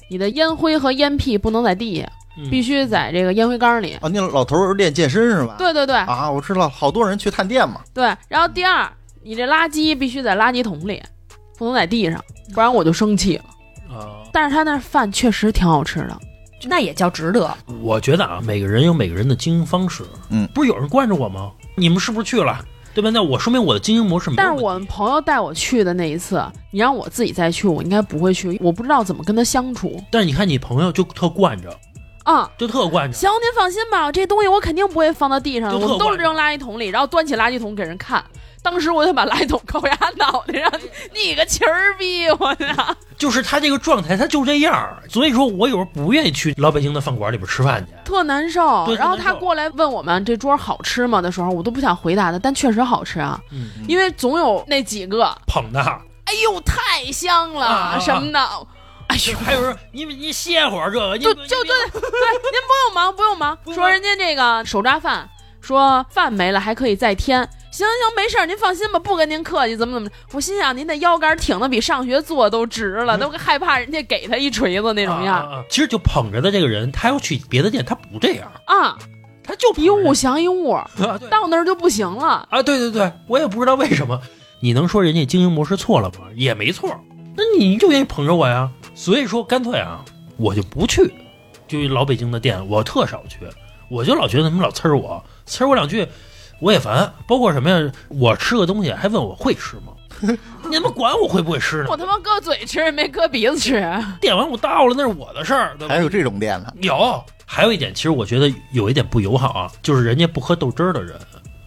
Speaker 6: 你的烟灰和烟屁不能在地下，
Speaker 2: 嗯，
Speaker 6: 必须在这个烟灰缸里。
Speaker 3: 啊，那老头儿练健身是吧？
Speaker 6: 对对对
Speaker 3: 啊，我知道，好多人去探店嘛。
Speaker 6: 对。然后第二，你这垃圾必须在垃圾桶里，不能在地上，不然我就生气了。
Speaker 2: 啊、
Speaker 6: 但是他那饭确实挺好吃的，
Speaker 5: 那也叫值得。
Speaker 2: 我觉得啊，每个人有每个人的经营方式。
Speaker 3: 嗯
Speaker 2: 不是有人惯着我吗？你们是不是去了？对吧？那我说明我的经营模式没有
Speaker 6: 但
Speaker 2: 问
Speaker 6: 是
Speaker 2: 题。
Speaker 6: 我们朋友带我去的那一次，你让我自己再去，我应该不会去，我不知道怎么跟他相处
Speaker 2: 但是你看你朋友就特惯着，
Speaker 6: 啊。
Speaker 2: 就特惯着。
Speaker 6: 行，您放心吧，这东西我肯定不会放到地上
Speaker 2: 就
Speaker 6: 的，
Speaker 2: 特
Speaker 6: 我们都是
Speaker 2: 管用
Speaker 6: 扔垃圾桶里，然后端起垃圾桶给人看。当时我就把垃圾桶扣牙脑袋上，你个旗儿逼我呀！
Speaker 2: [laughs] 就是他这个状态，他就这样儿。所以说我有时候不愿意去老北京的饭馆里边吃饭去。
Speaker 6: 特难受。
Speaker 2: 对
Speaker 6: 然后
Speaker 2: 特难
Speaker 6: 他
Speaker 2: 受
Speaker 6: 过来问我们这桌好吃吗的时候，我都不想回答他，但确实好吃啊，
Speaker 2: 嗯，
Speaker 6: 因为总有那几个，
Speaker 2: 捧的。
Speaker 6: 哎呦太香了、
Speaker 2: 啊
Speaker 6: 什么的，哎
Speaker 2: 就
Speaker 6: 呦。
Speaker 2: [laughs] 还有人说你你歇会儿这个，你
Speaker 6: 就
Speaker 2: 你
Speaker 6: 就对对，您不用忙，不用忙。
Speaker 2: 不用
Speaker 6: 说
Speaker 2: 忙
Speaker 6: 人家这个手抓饭，说饭没了还可以再添。行行，没事儿，您放心吧，不跟您客气，怎么怎么着。我心想，您的腰杆挺的比上学坐的都直了，都害怕人家给他一锤子那种样
Speaker 2: 啊啊啊其实就捧着的这个人，他要去别的店，他不这样，
Speaker 6: 啊。
Speaker 2: 他就
Speaker 6: 一物
Speaker 2: 我
Speaker 6: 降一物，
Speaker 2: 啊，对
Speaker 6: 到那儿就不行了。
Speaker 2: 啊，对对对，我也不知道为什么。你能说人家经营模式错了吗？也没错，那你就愿意捧着我呀。所以说，干脆啊，我就不去，就老北京的店，我特少去，我就老觉得他们老呲儿我，呲儿我两句，我也烦。包括什么呀？我吃个东西还问我会吃吗？ [laughs] 你们管我会不会吃呢
Speaker 6: 我？他妈搁嘴吃，没搁鼻子吃。
Speaker 2: 点完我到了，那是我的事儿，
Speaker 6: 嗯
Speaker 2: 对吧
Speaker 3: 还？有这种店呢？
Speaker 2: 有，还有一点，其实我觉得有一点不友好啊，就是人家不喝豆汁儿的人，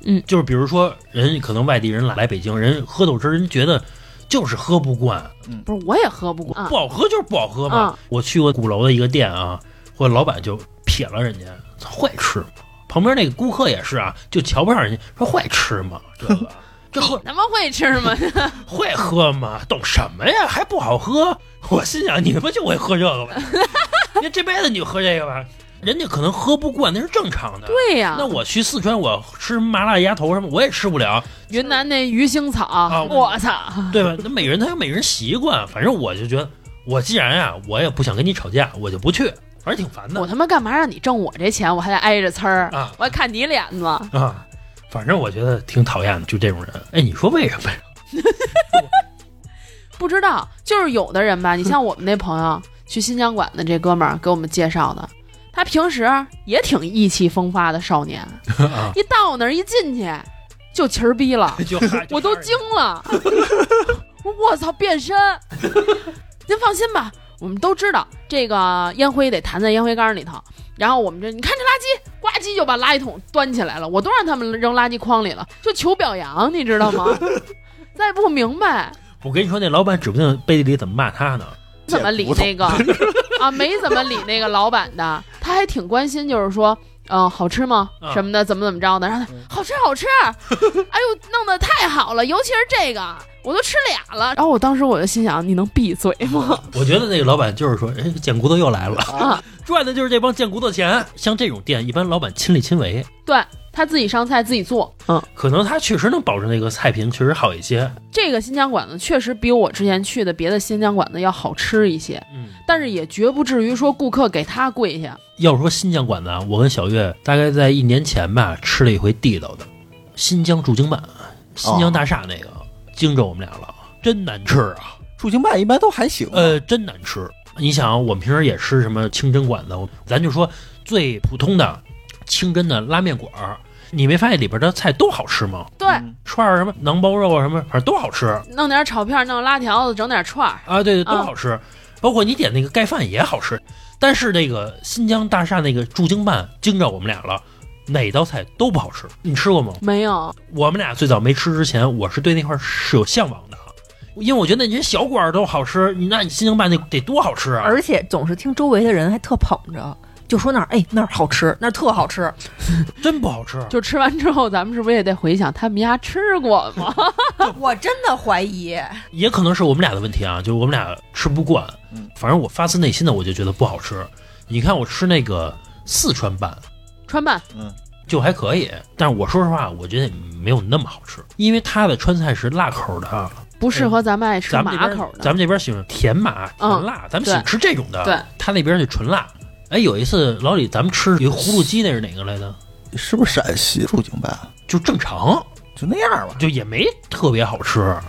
Speaker 6: 嗯，
Speaker 2: 就是比如说人可能外地人来来北京，人喝豆汁儿，人觉得就是喝不惯，
Speaker 6: 不是，我也喝不啊
Speaker 2: 不。好
Speaker 6: 惯
Speaker 2: 喝就是不好喝嘛。
Speaker 6: 嗯
Speaker 2: 我去过鼓楼的一个店啊，或者老板就瞥了人家，会吃吗？旁边那个顾客也是啊，就瞧不上人家，说会吃吗？这个这会
Speaker 6: 他妈会吃吗？ [laughs]
Speaker 2: 会喝吗？懂什么呀？还不好喝？我心想，你他妈就会喝这个吧？你这辈子你就喝这个吧？人家可能喝不惯，那是正常的。
Speaker 6: 对呀、
Speaker 2: 那我去四川，我吃麻辣鸭头什么，我也吃不了，
Speaker 6: 云南那鱼腥草，
Speaker 2: 啊
Speaker 6: 我操！
Speaker 2: 对吧？那每人他有每人习惯，反正我就觉得，我既然啊，我也不想跟你吵架，我就不去，反正挺烦
Speaker 6: 我
Speaker 2: 的
Speaker 6: 他妈干嘛让你挣我这钱，我还得挨着呲儿，
Speaker 2: 啊
Speaker 6: 我还看你脸子。
Speaker 2: 啊！反正我觉得挺讨厌的，就这种人。哎，你说为什么呀？ [laughs]
Speaker 6: 不知道，就是有的人吧，你像我们那朋友去新疆馆的这哥们儿给我们介绍的，他平时也挺意气风发的少年，一到那儿一进去就气儿逼
Speaker 2: [laughs]
Speaker 6: 了， [laughs]
Speaker 2: 就还
Speaker 6: 我都惊了，我说我操变身！ [laughs] 您放心吧，我们都知道这个烟灰得弹在烟灰缸里头。然后我们这，你看这垃圾，呱唧就把垃圾桶端起来了，我都让他们扔垃圾筐里了，就求表扬，你知道吗？咱也不明白
Speaker 2: 我跟你说，那老板指不定背地里怎么骂他呢。
Speaker 6: 怎么理那个啊，没怎么理那个老板的，他还挺关心，就是说。嗯，好吃吗？
Speaker 2: 嗯
Speaker 6: 什么的，怎么怎么着的？然后他好吃，好吃！哎呦，弄得太好了，尤其是这个，我都吃俩了。然后我当时我就心想，你能闭嘴吗？
Speaker 2: [laughs] 我觉得那个老板就是说，哎，贱骨头又来了，
Speaker 6: 啊
Speaker 2: [laughs] 赚的就是这帮贱骨头钱。像这种店，一般老板亲力亲为，
Speaker 6: 对他自己上菜自己做，嗯，
Speaker 2: 可能他确实能保证那个菜品确实好一些。
Speaker 6: 这个新疆馆子确实比我之前去的别的新疆馆子要好吃一些，
Speaker 2: 嗯，
Speaker 6: 但是也绝不至于说顾客给他跪下。
Speaker 2: 要说新疆馆子，啊，我跟小月大概在一年前吧吃了一回地道的，新疆驻京办，新疆大厦那个，惊着我们俩了，哦真难吃啊！
Speaker 7: 驻京办一般都还行。
Speaker 3: 啊
Speaker 2: 呃，真难吃。你想，我们平时也吃什么清真馆子，咱就说最普通的清真的拉面馆儿，你没发现里边的菜都好吃吗？
Speaker 6: 对，
Speaker 2: 串儿什么馕包肉啊什么，反正都好吃。
Speaker 6: 弄点炒片，弄拉条子，整点串儿，
Speaker 2: 啊，对对，都
Speaker 6: 啊
Speaker 2: 好吃，包括你点那个盖饭也好吃。但是那个新疆大厦那个驻京办惊着我们俩了，哪道菜都不好吃。你吃过吗？
Speaker 6: 没有，
Speaker 2: 我们俩最早没吃之前，我是对那块儿是有向往的，因为我觉得那些小馆儿都好吃，你那你新疆办那得多好吃啊！
Speaker 5: 而且总是听周围的人还特捧着，就说那儿哎那儿好吃，那儿特好吃。
Speaker 2: 真不好吃，
Speaker 6: 就吃完之后，咱们是不是也得回想他们家吃过吗？ [laughs]
Speaker 5: 我真的怀疑，
Speaker 2: 也可能是我们俩的问题啊，就是我们俩吃不惯。反正我发自内心的我就觉得不好吃。你看我吃那个四川拌，
Speaker 6: 川拌
Speaker 2: 就还可以，但是我说实话，我觉得没有那么好吃，因为它的川菜是辣口的啊，
Speaker 6: 不适合咱们爱吃
Speaker 2: 嗯咱们这
Speaker 6: 麻
Speaker 2: 边
Speaker 6: 口的，嗯
Speaker 2: 咱们这边喜欢甜麻甜辣，咱们喜欢吃这种的，
Speaker 6: 对，
Speaker 2: 他那边就纯辣。哎，有一次老李咱们吃有一葫芦鸡，那是哪个来的？
Speaker 3: 是不是陕西驻京办？
Speaker 2: 就正常，
Speaker 7: 就那样吧。
Speaker 2: 就也没特别好吃。
Speaker 6: 嗯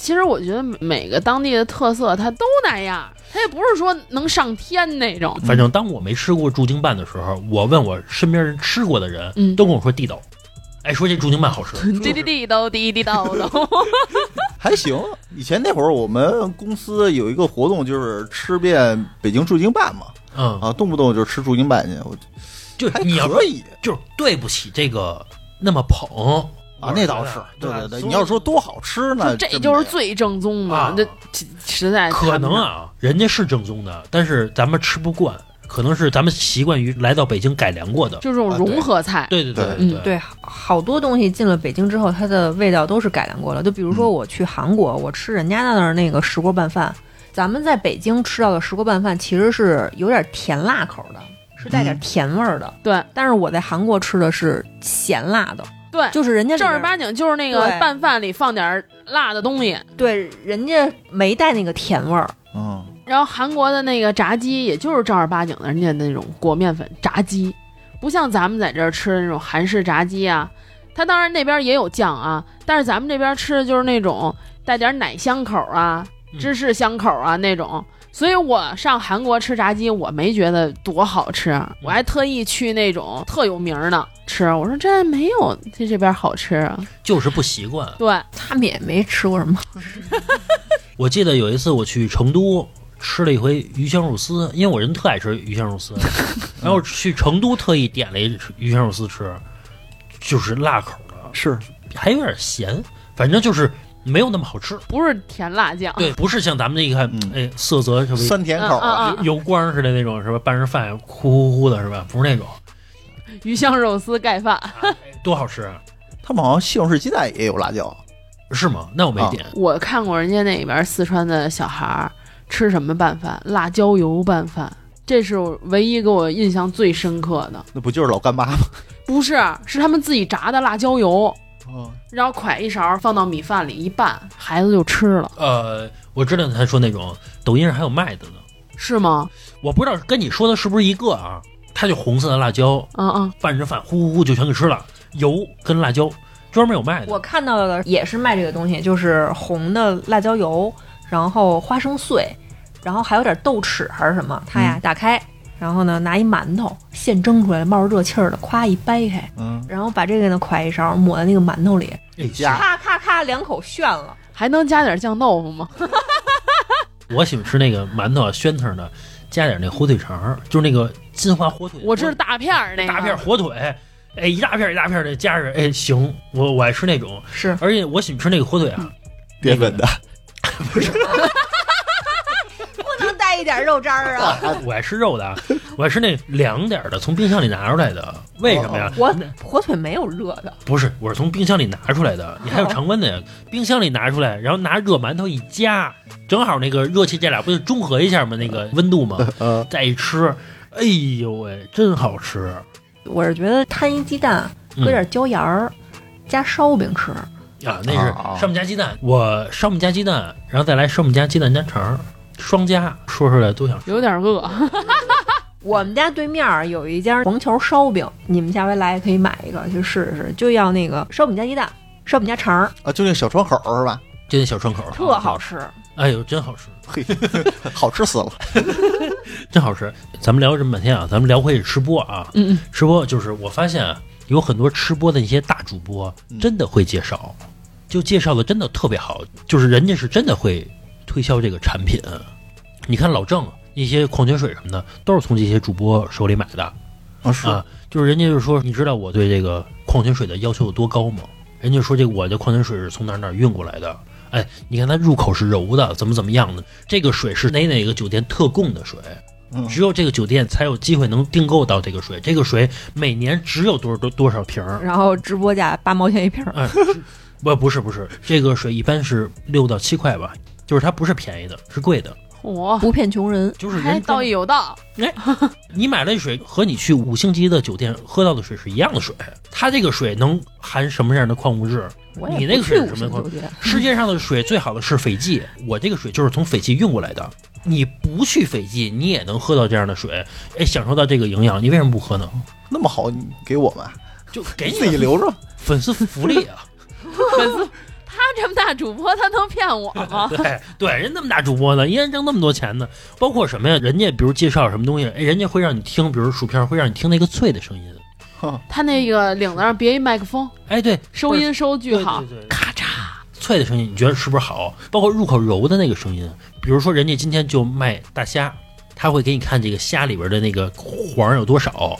Speaker 6: 其实我觉得每个当地的特色它都那样，它也不是说能上天那种。
Speaker 2: 反正当我没吃过驻京办的时候，我问我身边人吃过的人，
Speaker 6: 嗯
Speaker 2: 都跟我说地道。哎，说这驻京办好吃，
Speaker 6: 滴滴滴都滴滴叨
Speaker 2: [laughs]
Speaker 6: 叨，
Speaker 3: 还行。以前那会儿我们公司有一个活动，就是吃遍北京驻京办嘛，
Speaker 2: 嗯，
Speaker 3: 啊，动不动就吃驻京办去，我
Speaker 2: 就
Speaker 3: 还
Speaker 2: 你要说
Speaker 3: 可以
Speaker 2: 就是对不起这个那么捧
Speaker 3: 啊，那倒是，对对对。你要说多好吃呢，
Speaker 6: 这
Speaker 3: 真
Speaker 6: 就是
Speaker 3: 没有
Speaker 6: 最正宗
Speaker 2: 啊
Speaker 6: 的，这这实在
Speaker 2: 可
Speaker 6: 谈不
Speaker 2: 能
Speaker 6: 上
Speaker 2: 啊，人家是正宗的，但是咱们吃不惯，可能是咱们习惯于来到北京改良过的。
Speaker 6: 就这种
Speaker 3: 啊对
Speaker 6: 融合菜，
Speaker 2: 对对
Speaker 6: 嗯
Speaker 2: 对，
Speaker 5: 对，好好多东西进了北京之后，它的味道都是改良过了。就比如
Speaker 6: 嗯
Speaker 5: 说我去韩国，我吃人家那儿那个石锅拌饭，咱们在北京吃到的石锅拌饭其实是有点甜辣口的，是带点甜味儿的。
Speaker 6: 嗯对
Speaker 5: 但是我在韩国吃的是咸辣的，
Speaker 6: 对，
Speaker 5: 就是人家里
Speaker 6: 正儿
Speaker 5: 边
Speaker 6: 八经就是那个
Speaker 5: 对
Speaker 6: 拌饭里放点儿辣的东西。
Speaker 5: 对人家没带那个甜味儿。
Speaker 3: 嗯，
Speaker 6: 然后韩国的那个炸鸡，也就是正儿八经的人家那种裹面粉炸鸡，不像咱们在这儿吃的那种韩式炸鸡啊。它当然那边也有酱啊，但是咱们这边吃的就是那种带点奶香口啊、
Speaker 2: 嗯
Speaker 6: 芝士香口啊那种。所以我上韩国吃炸鸡，我没觉得多好吃，啊
Speaker 2: 嗯
Speaker 6: 我还特意去那种特有名儿的吃，我说这没有这这边好吃啊。
Speaker 2: 就是不习惯。
Speaker 6: 对，
Speaker 5: 他们也没吃过什么，
Speaker 2: 我记得有一次我去成都吃了一回鱼香肉丝，因为我人特爱吃鱼香肉丝，然后去成都特意点了一鱼香肉丝吃，就是辣口的，
Speaker 7: 是
Speaker 2: 还有点咸，反正就是没有那么好吃。
Speaker 6: 不是甜辣酱，
Speaker 2: 对，不是像咱们这一看，
Speaker 3: 嗯
Speaker 2: 哎，色泽特别
Speaker 3: 酸甜口
Speaker 6: 啊啊
Speaker 3: 啊，
Speaker 6: 啊！
Speaker 2: 油光似的那种，是吧？拌着饭呼呼呼的，是吧？不是那种，
Speaker 6: 鱼香肉丝盖饭，
Speaker 2: 多好吃啊，
Speaker 6: 嗯
Speaker 3: 他们好像西红柿鸡蛋也有辣椒，
Speaker 2: 是吗？那我没点，
Speaker 6: 我看过人家那边四川的小孩儿吃什么拌饭，辣椒油拌饭，这是我唯一给我印象最深刻的。
Speaker 3: 那不就是老干妈吗？
Speaker 6: 不是，是他们自己炸的辣椒油，
Speaker 3: 哦，
Speaker 6: 然后㧟一勺放到米饭里一拌，孩子就吃了，
Speaker 2: 呃，我知道他说那种抖音上还有卖的呢，
Speaker 6: 是吗？
Speaker 2: 我不知道跟你说的是不是一个啊？它就红色的辣椒
Speaker 6: 嗯嗯，
Speaker 2: 拌着饭，呼呼呼就全给吃了，油跟辣椒专门有卖的。
Speaker 5: 我看到的也是卖这个东西，就是红的辣椒油，然后花生碎，然后还有点豆豉还是什么，他呀、打开，然后呢拿一馒头现蒸出来，冒着热气儿的，咵一掰开，
Speaker 3: 嗯，
Speaker 5: 然后把这个呢蒯一勺抹在那个馒头里，
Speaker 2: 哎
Speaker 3: 家
Speaker 5: 咔咔咔两口炫了。
Speaker 6: 还能加点酱豆腐吗？
Speaker 2: 我喜欢吃那个馒头啊，宣腾的，加点那火腿肠儿，就是那个金华火腿，
Speaker 6: 我知道大片儿那个，
Speaker 2: 大片火腿，哎，一大片一大片的加着，哎，行，我我爱吃那种，
Speaker 5: 是
Speaker 2: 而且我喜欢吃那个火腿啊，
Speaker 3: 淀粉的，
Speaker 5: 不能带一点肉渣儿啊！
Speaker 2: 我爱吃肉的，啊，
Speaker 6: [laughs]
Speaker 2: 我爱吃那凉点儿的，从冰箱里拿出来的，为什么
Speaker 6: 哦
Speaker 2: 呀？
Speaker 5: [laughs] 我火腿没有热的，
Speaker 2: 不是，我是从冰箱里拿出来的，你还有常温的呀。冰箱里拿出来，然后拿热馒头一夹，正好那个热气这俩不就中和一下吗？那个
Speaker 5: [laughs]
Speaker 2: 温度吗？
Speaker 3: 嗯，
Speaker 2: 再一吃，哎呦喂，真好吃！
Speaker 5: 我是觉得摊一鸡蛋，
Speaker 2: 嗯
Speaker 5: 搁点椒盐儿，加烧饼吃。
Speaker 2: 啊，那是
Speaker 3: 啊啊
Speaker 2: 烧饼加鸡蛋，我烧饼加鸡蛋，然后再来烧饼加鸡蛋加肠儿，双加，说出来都想吃。
Speaker 6: 有点饿，
Speaker 5: 我们家对面儿有一家黄桥烧饼，你们下回来可以买一个去试试，就要那个烧饼加鸡蛋，烧饼加肠儿，
Speaker 3: [laughs] 啊，就那小窗口是吧？
Speaker 2: 就那小窗口儿
Speaker 5: 特哦好，吃。
Speaker 2: 哎呦，真好吃，
Speaker 3: 嘿，好吃死了。
Speaker 2: 真好吃！咱们聊了这么半天啊，咱们聊回吃播啊，
Speaker 6: 嗯嗯，
Speaker 2: 吃播就是我发现啊有很多吃播的一些大主播
Speaker 3: 嗯
Speaker 2: 真的会介绍，就介绍的真的特别好，就是人家是真的会推销这个产品。你看老郑一些矿泉水什么的，都是从这些主播手里买的
Speaker 3: 啊，是
Speaker 2: 啊。就是人家就说，你知道我对这个矿泉水的要求有多高吗？人家说这个我的矿泉水是从哪儿哪儿运过来的。哎，你看它入口是柔的，怎么怎么样的？这个水是哪哪个酒店特供的水，
Speaker 3: 嗯
Speaker 2: 只有这个酒店才有机会能订购到这个水。这个水每年只有多少多多少瓶儿？
Speaker 5: 然后直播价八毛钱一瓶儿，
Speaker 2: 哎，是不不是不是，这个水一般是六到七块吧，就是它不是便宜的，是贵的，
Speaker 6: 我
Speaker 5: 不骗穷人。
Speaker 2: 就是
Speaker 6: 还
Speaker 2: 人
Speaker 6: 道义有道，
Speaker 2: 你买了水和你去五星级的酒店喝到的水是一样的水，它这个水能含什么样的矿物质？
Speaker 5: 我
Speaker 2: 你
Speaker 5: 也
Speaker 2: 那
Speaker 5: 不
Speaker 2: 个水
Speaker 5: 去
Speaker 2: 是
Speaker 5: 五
Speaker 2: 什么
Speaker 5: 星
Speaker 2: 矿
Speaker 5: 酒？店，
Speaker 2: 世界上的水最好的是斐济，我这个水就是从斐济运过来的。你不去斐济，你也能喝到这样的水，哎，享受到这个营养，你为什么不喝呢？
Speaker 3: 那么好，你给我们
Speaker 2: 就给
Speaker 3: 自己
Speaker 2: 你
Speaker 3: 留着。
Speaker 2: 粉丝福利啊！
Speaker 6: 粉丝，他这么大主播，他能骗我 [laughs] 吗？
Speaker 2: 对对，人那么大主播呢，一人挣那么多钱呢，包括什么呀？人家比如介绍什么东西，哎，人家会让你听，比如薯片会让你听那个脆的声音，
Speaker 6: 他那个领子上别一麦克风，
Speaker 2: 哎，对，
Speaker 6: 收音收巨好
Speaker 2: 对对，对
Speaker 6: 咔嚓。
Speaker 2: 脆的声音，你觉得是不是好？包括入口柔的那个声音，比如说人家今天就卖大虾，他会给你看这个虾里边的那个黄有多少，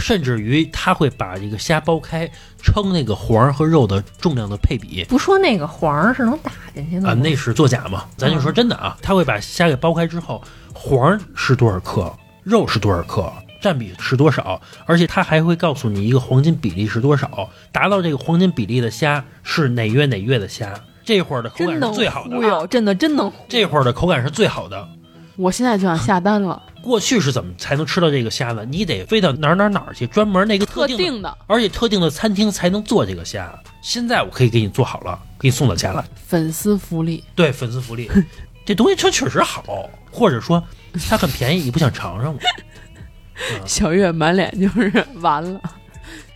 Speaker 2: 甚至于他会把这个虾剥开，称那个黄和肉的重量的配比。
Speaker 5: 不说那个黄儿是能打进去的
Speaker 2: 啊，
Speaker 5: 吗
Speaker 2: 那是作假嘛？咱
Speaker 5: 嗯
Speaker 2: 就说真的啊，他会把虾给剥开之后，黄是多少克，肉是多少克，占比是多少，而且他还会告诉你一个黄金比例是多少，达到这个黄金比例的虾是哪月哪月的虾，这会儿的口感
Speaker 5: 真
Speaker 2: 是
Speaker 5: 能
Speaker 2: 最好哎的啊
Speaker 5: 忽，悠，真的真能忽悠。
Speaker 2: 这会儿的口感是最好的。
Speaker 6: 我现在就想下单了，
Speaker 2: 过去是怎么才能吃到这个虾呢？你得飞到哪儿哪儿哪儿去，专门那个
Speaker 6: 特
Speaker 2: 特定的
Speaker 6: 定的
Speaker 2: 而且特定的餐厅才能做这个虾。现在我可以给你做好了，给你送到家来。
Speaker 6: 粉丝福利，
Speaker 2: 对粉丝福利，这东西它确实好，或者说它很便宜，你不想尝尝吗？啊
Speaker 6: 小月满脸就是完了。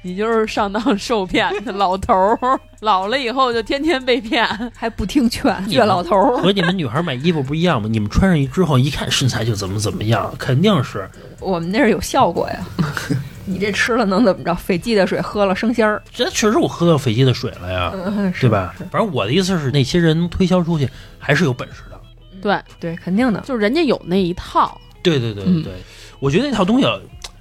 Speaker 6: 你就是上当
Speaker 2: [laughs]
Speaker 6: 受骗的老头儿，老了以后就天天被骗。
Speaker 5: 还不听劝，
Speaker 2: 你
Speaker 5: 岳老头儿，
Speaker 2: 和你们女孩买衣服不一样吗？你们穿上一之后一看身材就怎么怎么样，肯定是
Speaker 5: 我们那是有效果
Speaker 2: [laughs]
Speaker 5: 呀。你这吃了能怎么着？斐济的水喝了生仙儿，
Speaker 2: 这确实我喝到斐济的水了呀，
Speaker 5: 嗯，是
Speaker 2: 对吧？反正我的意思是，那些人推销出去还是有本事的。
Speaker 6: 对，
Speaker 5: 对，肯定的。
Speaker 6: 就是人家有那一套，
Speaker 2: 对对对对对，我觉得那套东西啊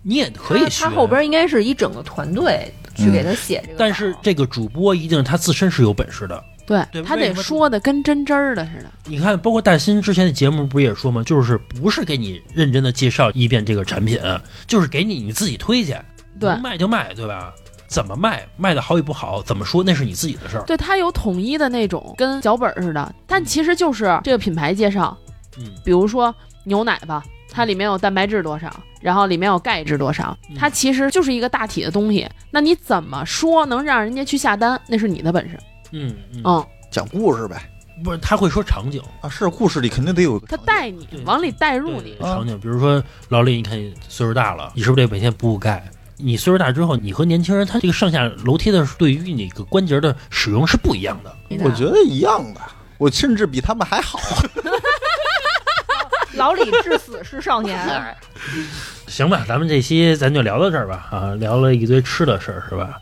Speaker 2: 你也可以学嗯
Speaker 5: 他，后边应该是一整个团队去给他写这个稿，
Speaker 2: 但是这个主播一定他自身是有本事的。
Speaker 6: 对
Speaker 2: 对
Speaker 6: 他
Speaker 2: 为
Speaker 6: 得
Speaker 2: 什么
Speaker 6: 说的跟真真儿的似的。
Speaker 2: 你看，包括大新之前的节目不是也说吗？就是不是给你认真的介绍一遍这个产品，就是给你你自己推去，
Speaker 6: 对
Speaker 2: 能卖就卖，对吧？怎么卖，卖的好与不好，怎么说那是你自己的事儿。
Speaker 6: 对，它有统一的那种跟脚本似的，但其实就是这个品牌介绍，
Speaker 2: 嗯，
Speaker 6: 比如说牛奶吧，它里面有蛋白质多少，然后里面有钙质多少，
Speaker 2: 嗯
Speaker 6: 它其实就是一个大体的东西。那你怎么说能让人家去下单，那是你的本事。
Speaker 2: 嗯嗯，
Speaker 6: 嗯，
Speaker 7: 讲故事呗
Speaker 2: 不是他会说场景，
Speaker 3: 啊，是故事里肯定得有一个
Speaker 6: 他
Speaker 3: 场景
Speaker 6: 带你
Speaker 2: 哦对
Speaker 6: 往里带
Speaker 2: 对
Speaker 6: 入你
Speaker 2: 对。场景，比如说老李，你看你岁数大了，你是不是得每天补补钙？你岁数大之后，你和年轻人他这个上下楼梯的对于你个关节的使用是不一样的。
Speaker 5: 你
Speaker 7: 我觉得一样的，我甚至比他们还好。
Speaker 5: 老李至死是少年，
Speaker 2: [laughs] 行吧，咱们这期咱就聊到这儿吧啊，聊了一堆吃的事儿是吧？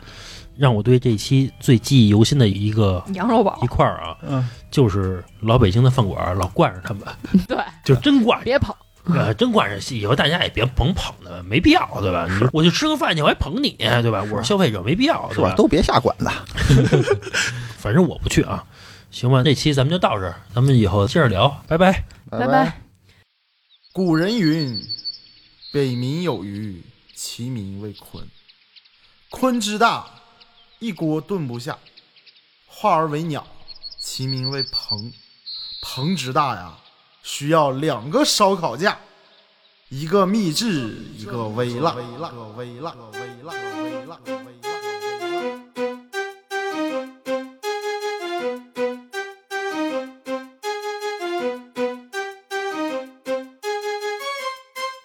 Speaker 2: 让我对这期最记忆犹新的一
Speaker 7: [laughs]
Speaker 2: 个
Speaker 5: [laughs] 羊肉堡
Speaker 2: 一块儿啊，
Speaker 7: 嗯，
Speaker 2: 就是老北京的饭馆儿老惯着他们，
Speaker 6: 对，
Speaker 2: [laughs] 就真惯着，
Speaker 6: 别捧，
Speaker 2: 呃，真惯着。以后大家也别甭捧他们，没必要，对吧？你我就吃个饭去，我还捧你，对吧？我是消费者，没必要，
Speaker 7: 是
Speaker 2: 对
Speaker 7: 吧？
Speaker 2: 吧？
Speaker 7: 都别下馆子。
Speaker 2: 反正我不去啊。行吧，这期咱们就到这儿，咱们以后接着聊，拜拜。
Speaker 6: 拜
Speaker 7: 拜。
Speaker 9: 古人云：“北冥有鱼，其名为鲲。鲲之大，一锅炖不下。化而为鸟，其名为鹏。鹏之大呀，需要两个烧烤架，一个秘制，一个微辣。微辣”微辣微辣微辣微辣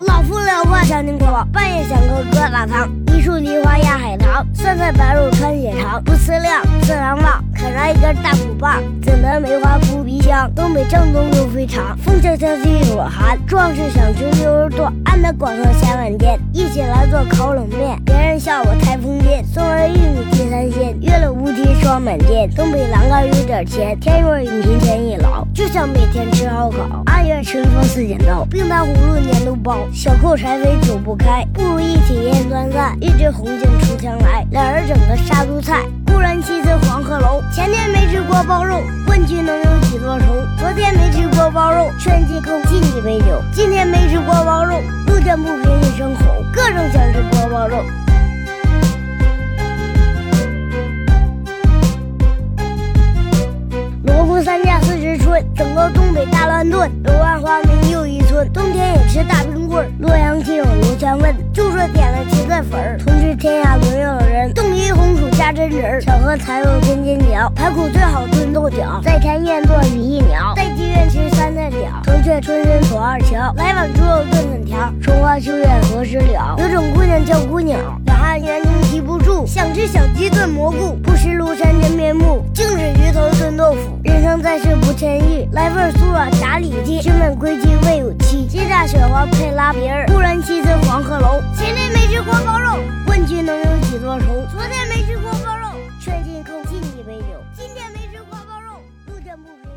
Speaker 10: 老夫老话长青国宝，半夜讲课搁大堂，一树梨花压海棠，三菜白肉穿血肠，不思量，自难忘，啃上一根大骨棒，怎得梅花扑鼻香？东北正宗牛肥肠，风萧萧兮易水寒，壮士想吃牛肉段，安得广厦千万间。一起来做烤冷面，别人笑我太疯癫，送人玉米地三鲜，月了乌啼霜满天，东北栏杆有点甜，天若有情天亦老，就想每天吃烧烤，按月春风似剪刀，冰糖葫芦粘豆包，小扣柴扉煮不开，不如一起腌酸菜，一枝红杏出墙来，两人整个杀猪菜。故人西辞黄鹤楼，前天没吃锅包肉，问君能有几多愁？昨天没吃锅包肉，劝进客敬一杯酒，今天没吃锅包肉，路见不平一声吼，各种想吃锅包肉。罗湖三驾四时春，整个东北大乱炖。柳暗花明又一村，村，冬天也吃大冰棍儿。洛阳亲友卢强问，就说点了鸡蛋粉儿。同是天下沦有人，冻鱼红薯加榛仁儿，小荷才有尖尖角，排骨最好炖豆角，在天愿做比翼鸟，在地愿吃三菜饺。城阙春深锁二乔，来碗猪肉炖粉条，春花秋月何时了？有种姑娘叫姑娘，两岸猿声啼不住。想吃小鸡炖蘑菇，不识庐山真面目。净是鱼头炖豆腐，人生在世不谦遇。来份酥软炸里脊，君问归期未有期。鸡炸雪花配拉皮儿，忽然西村黄鹤楼。前天没吃锅包肉，问君能有几多愁？昨天没吃锅包肉，劝进客，敬一杯酒。今天没吃锅包肉，路见不平。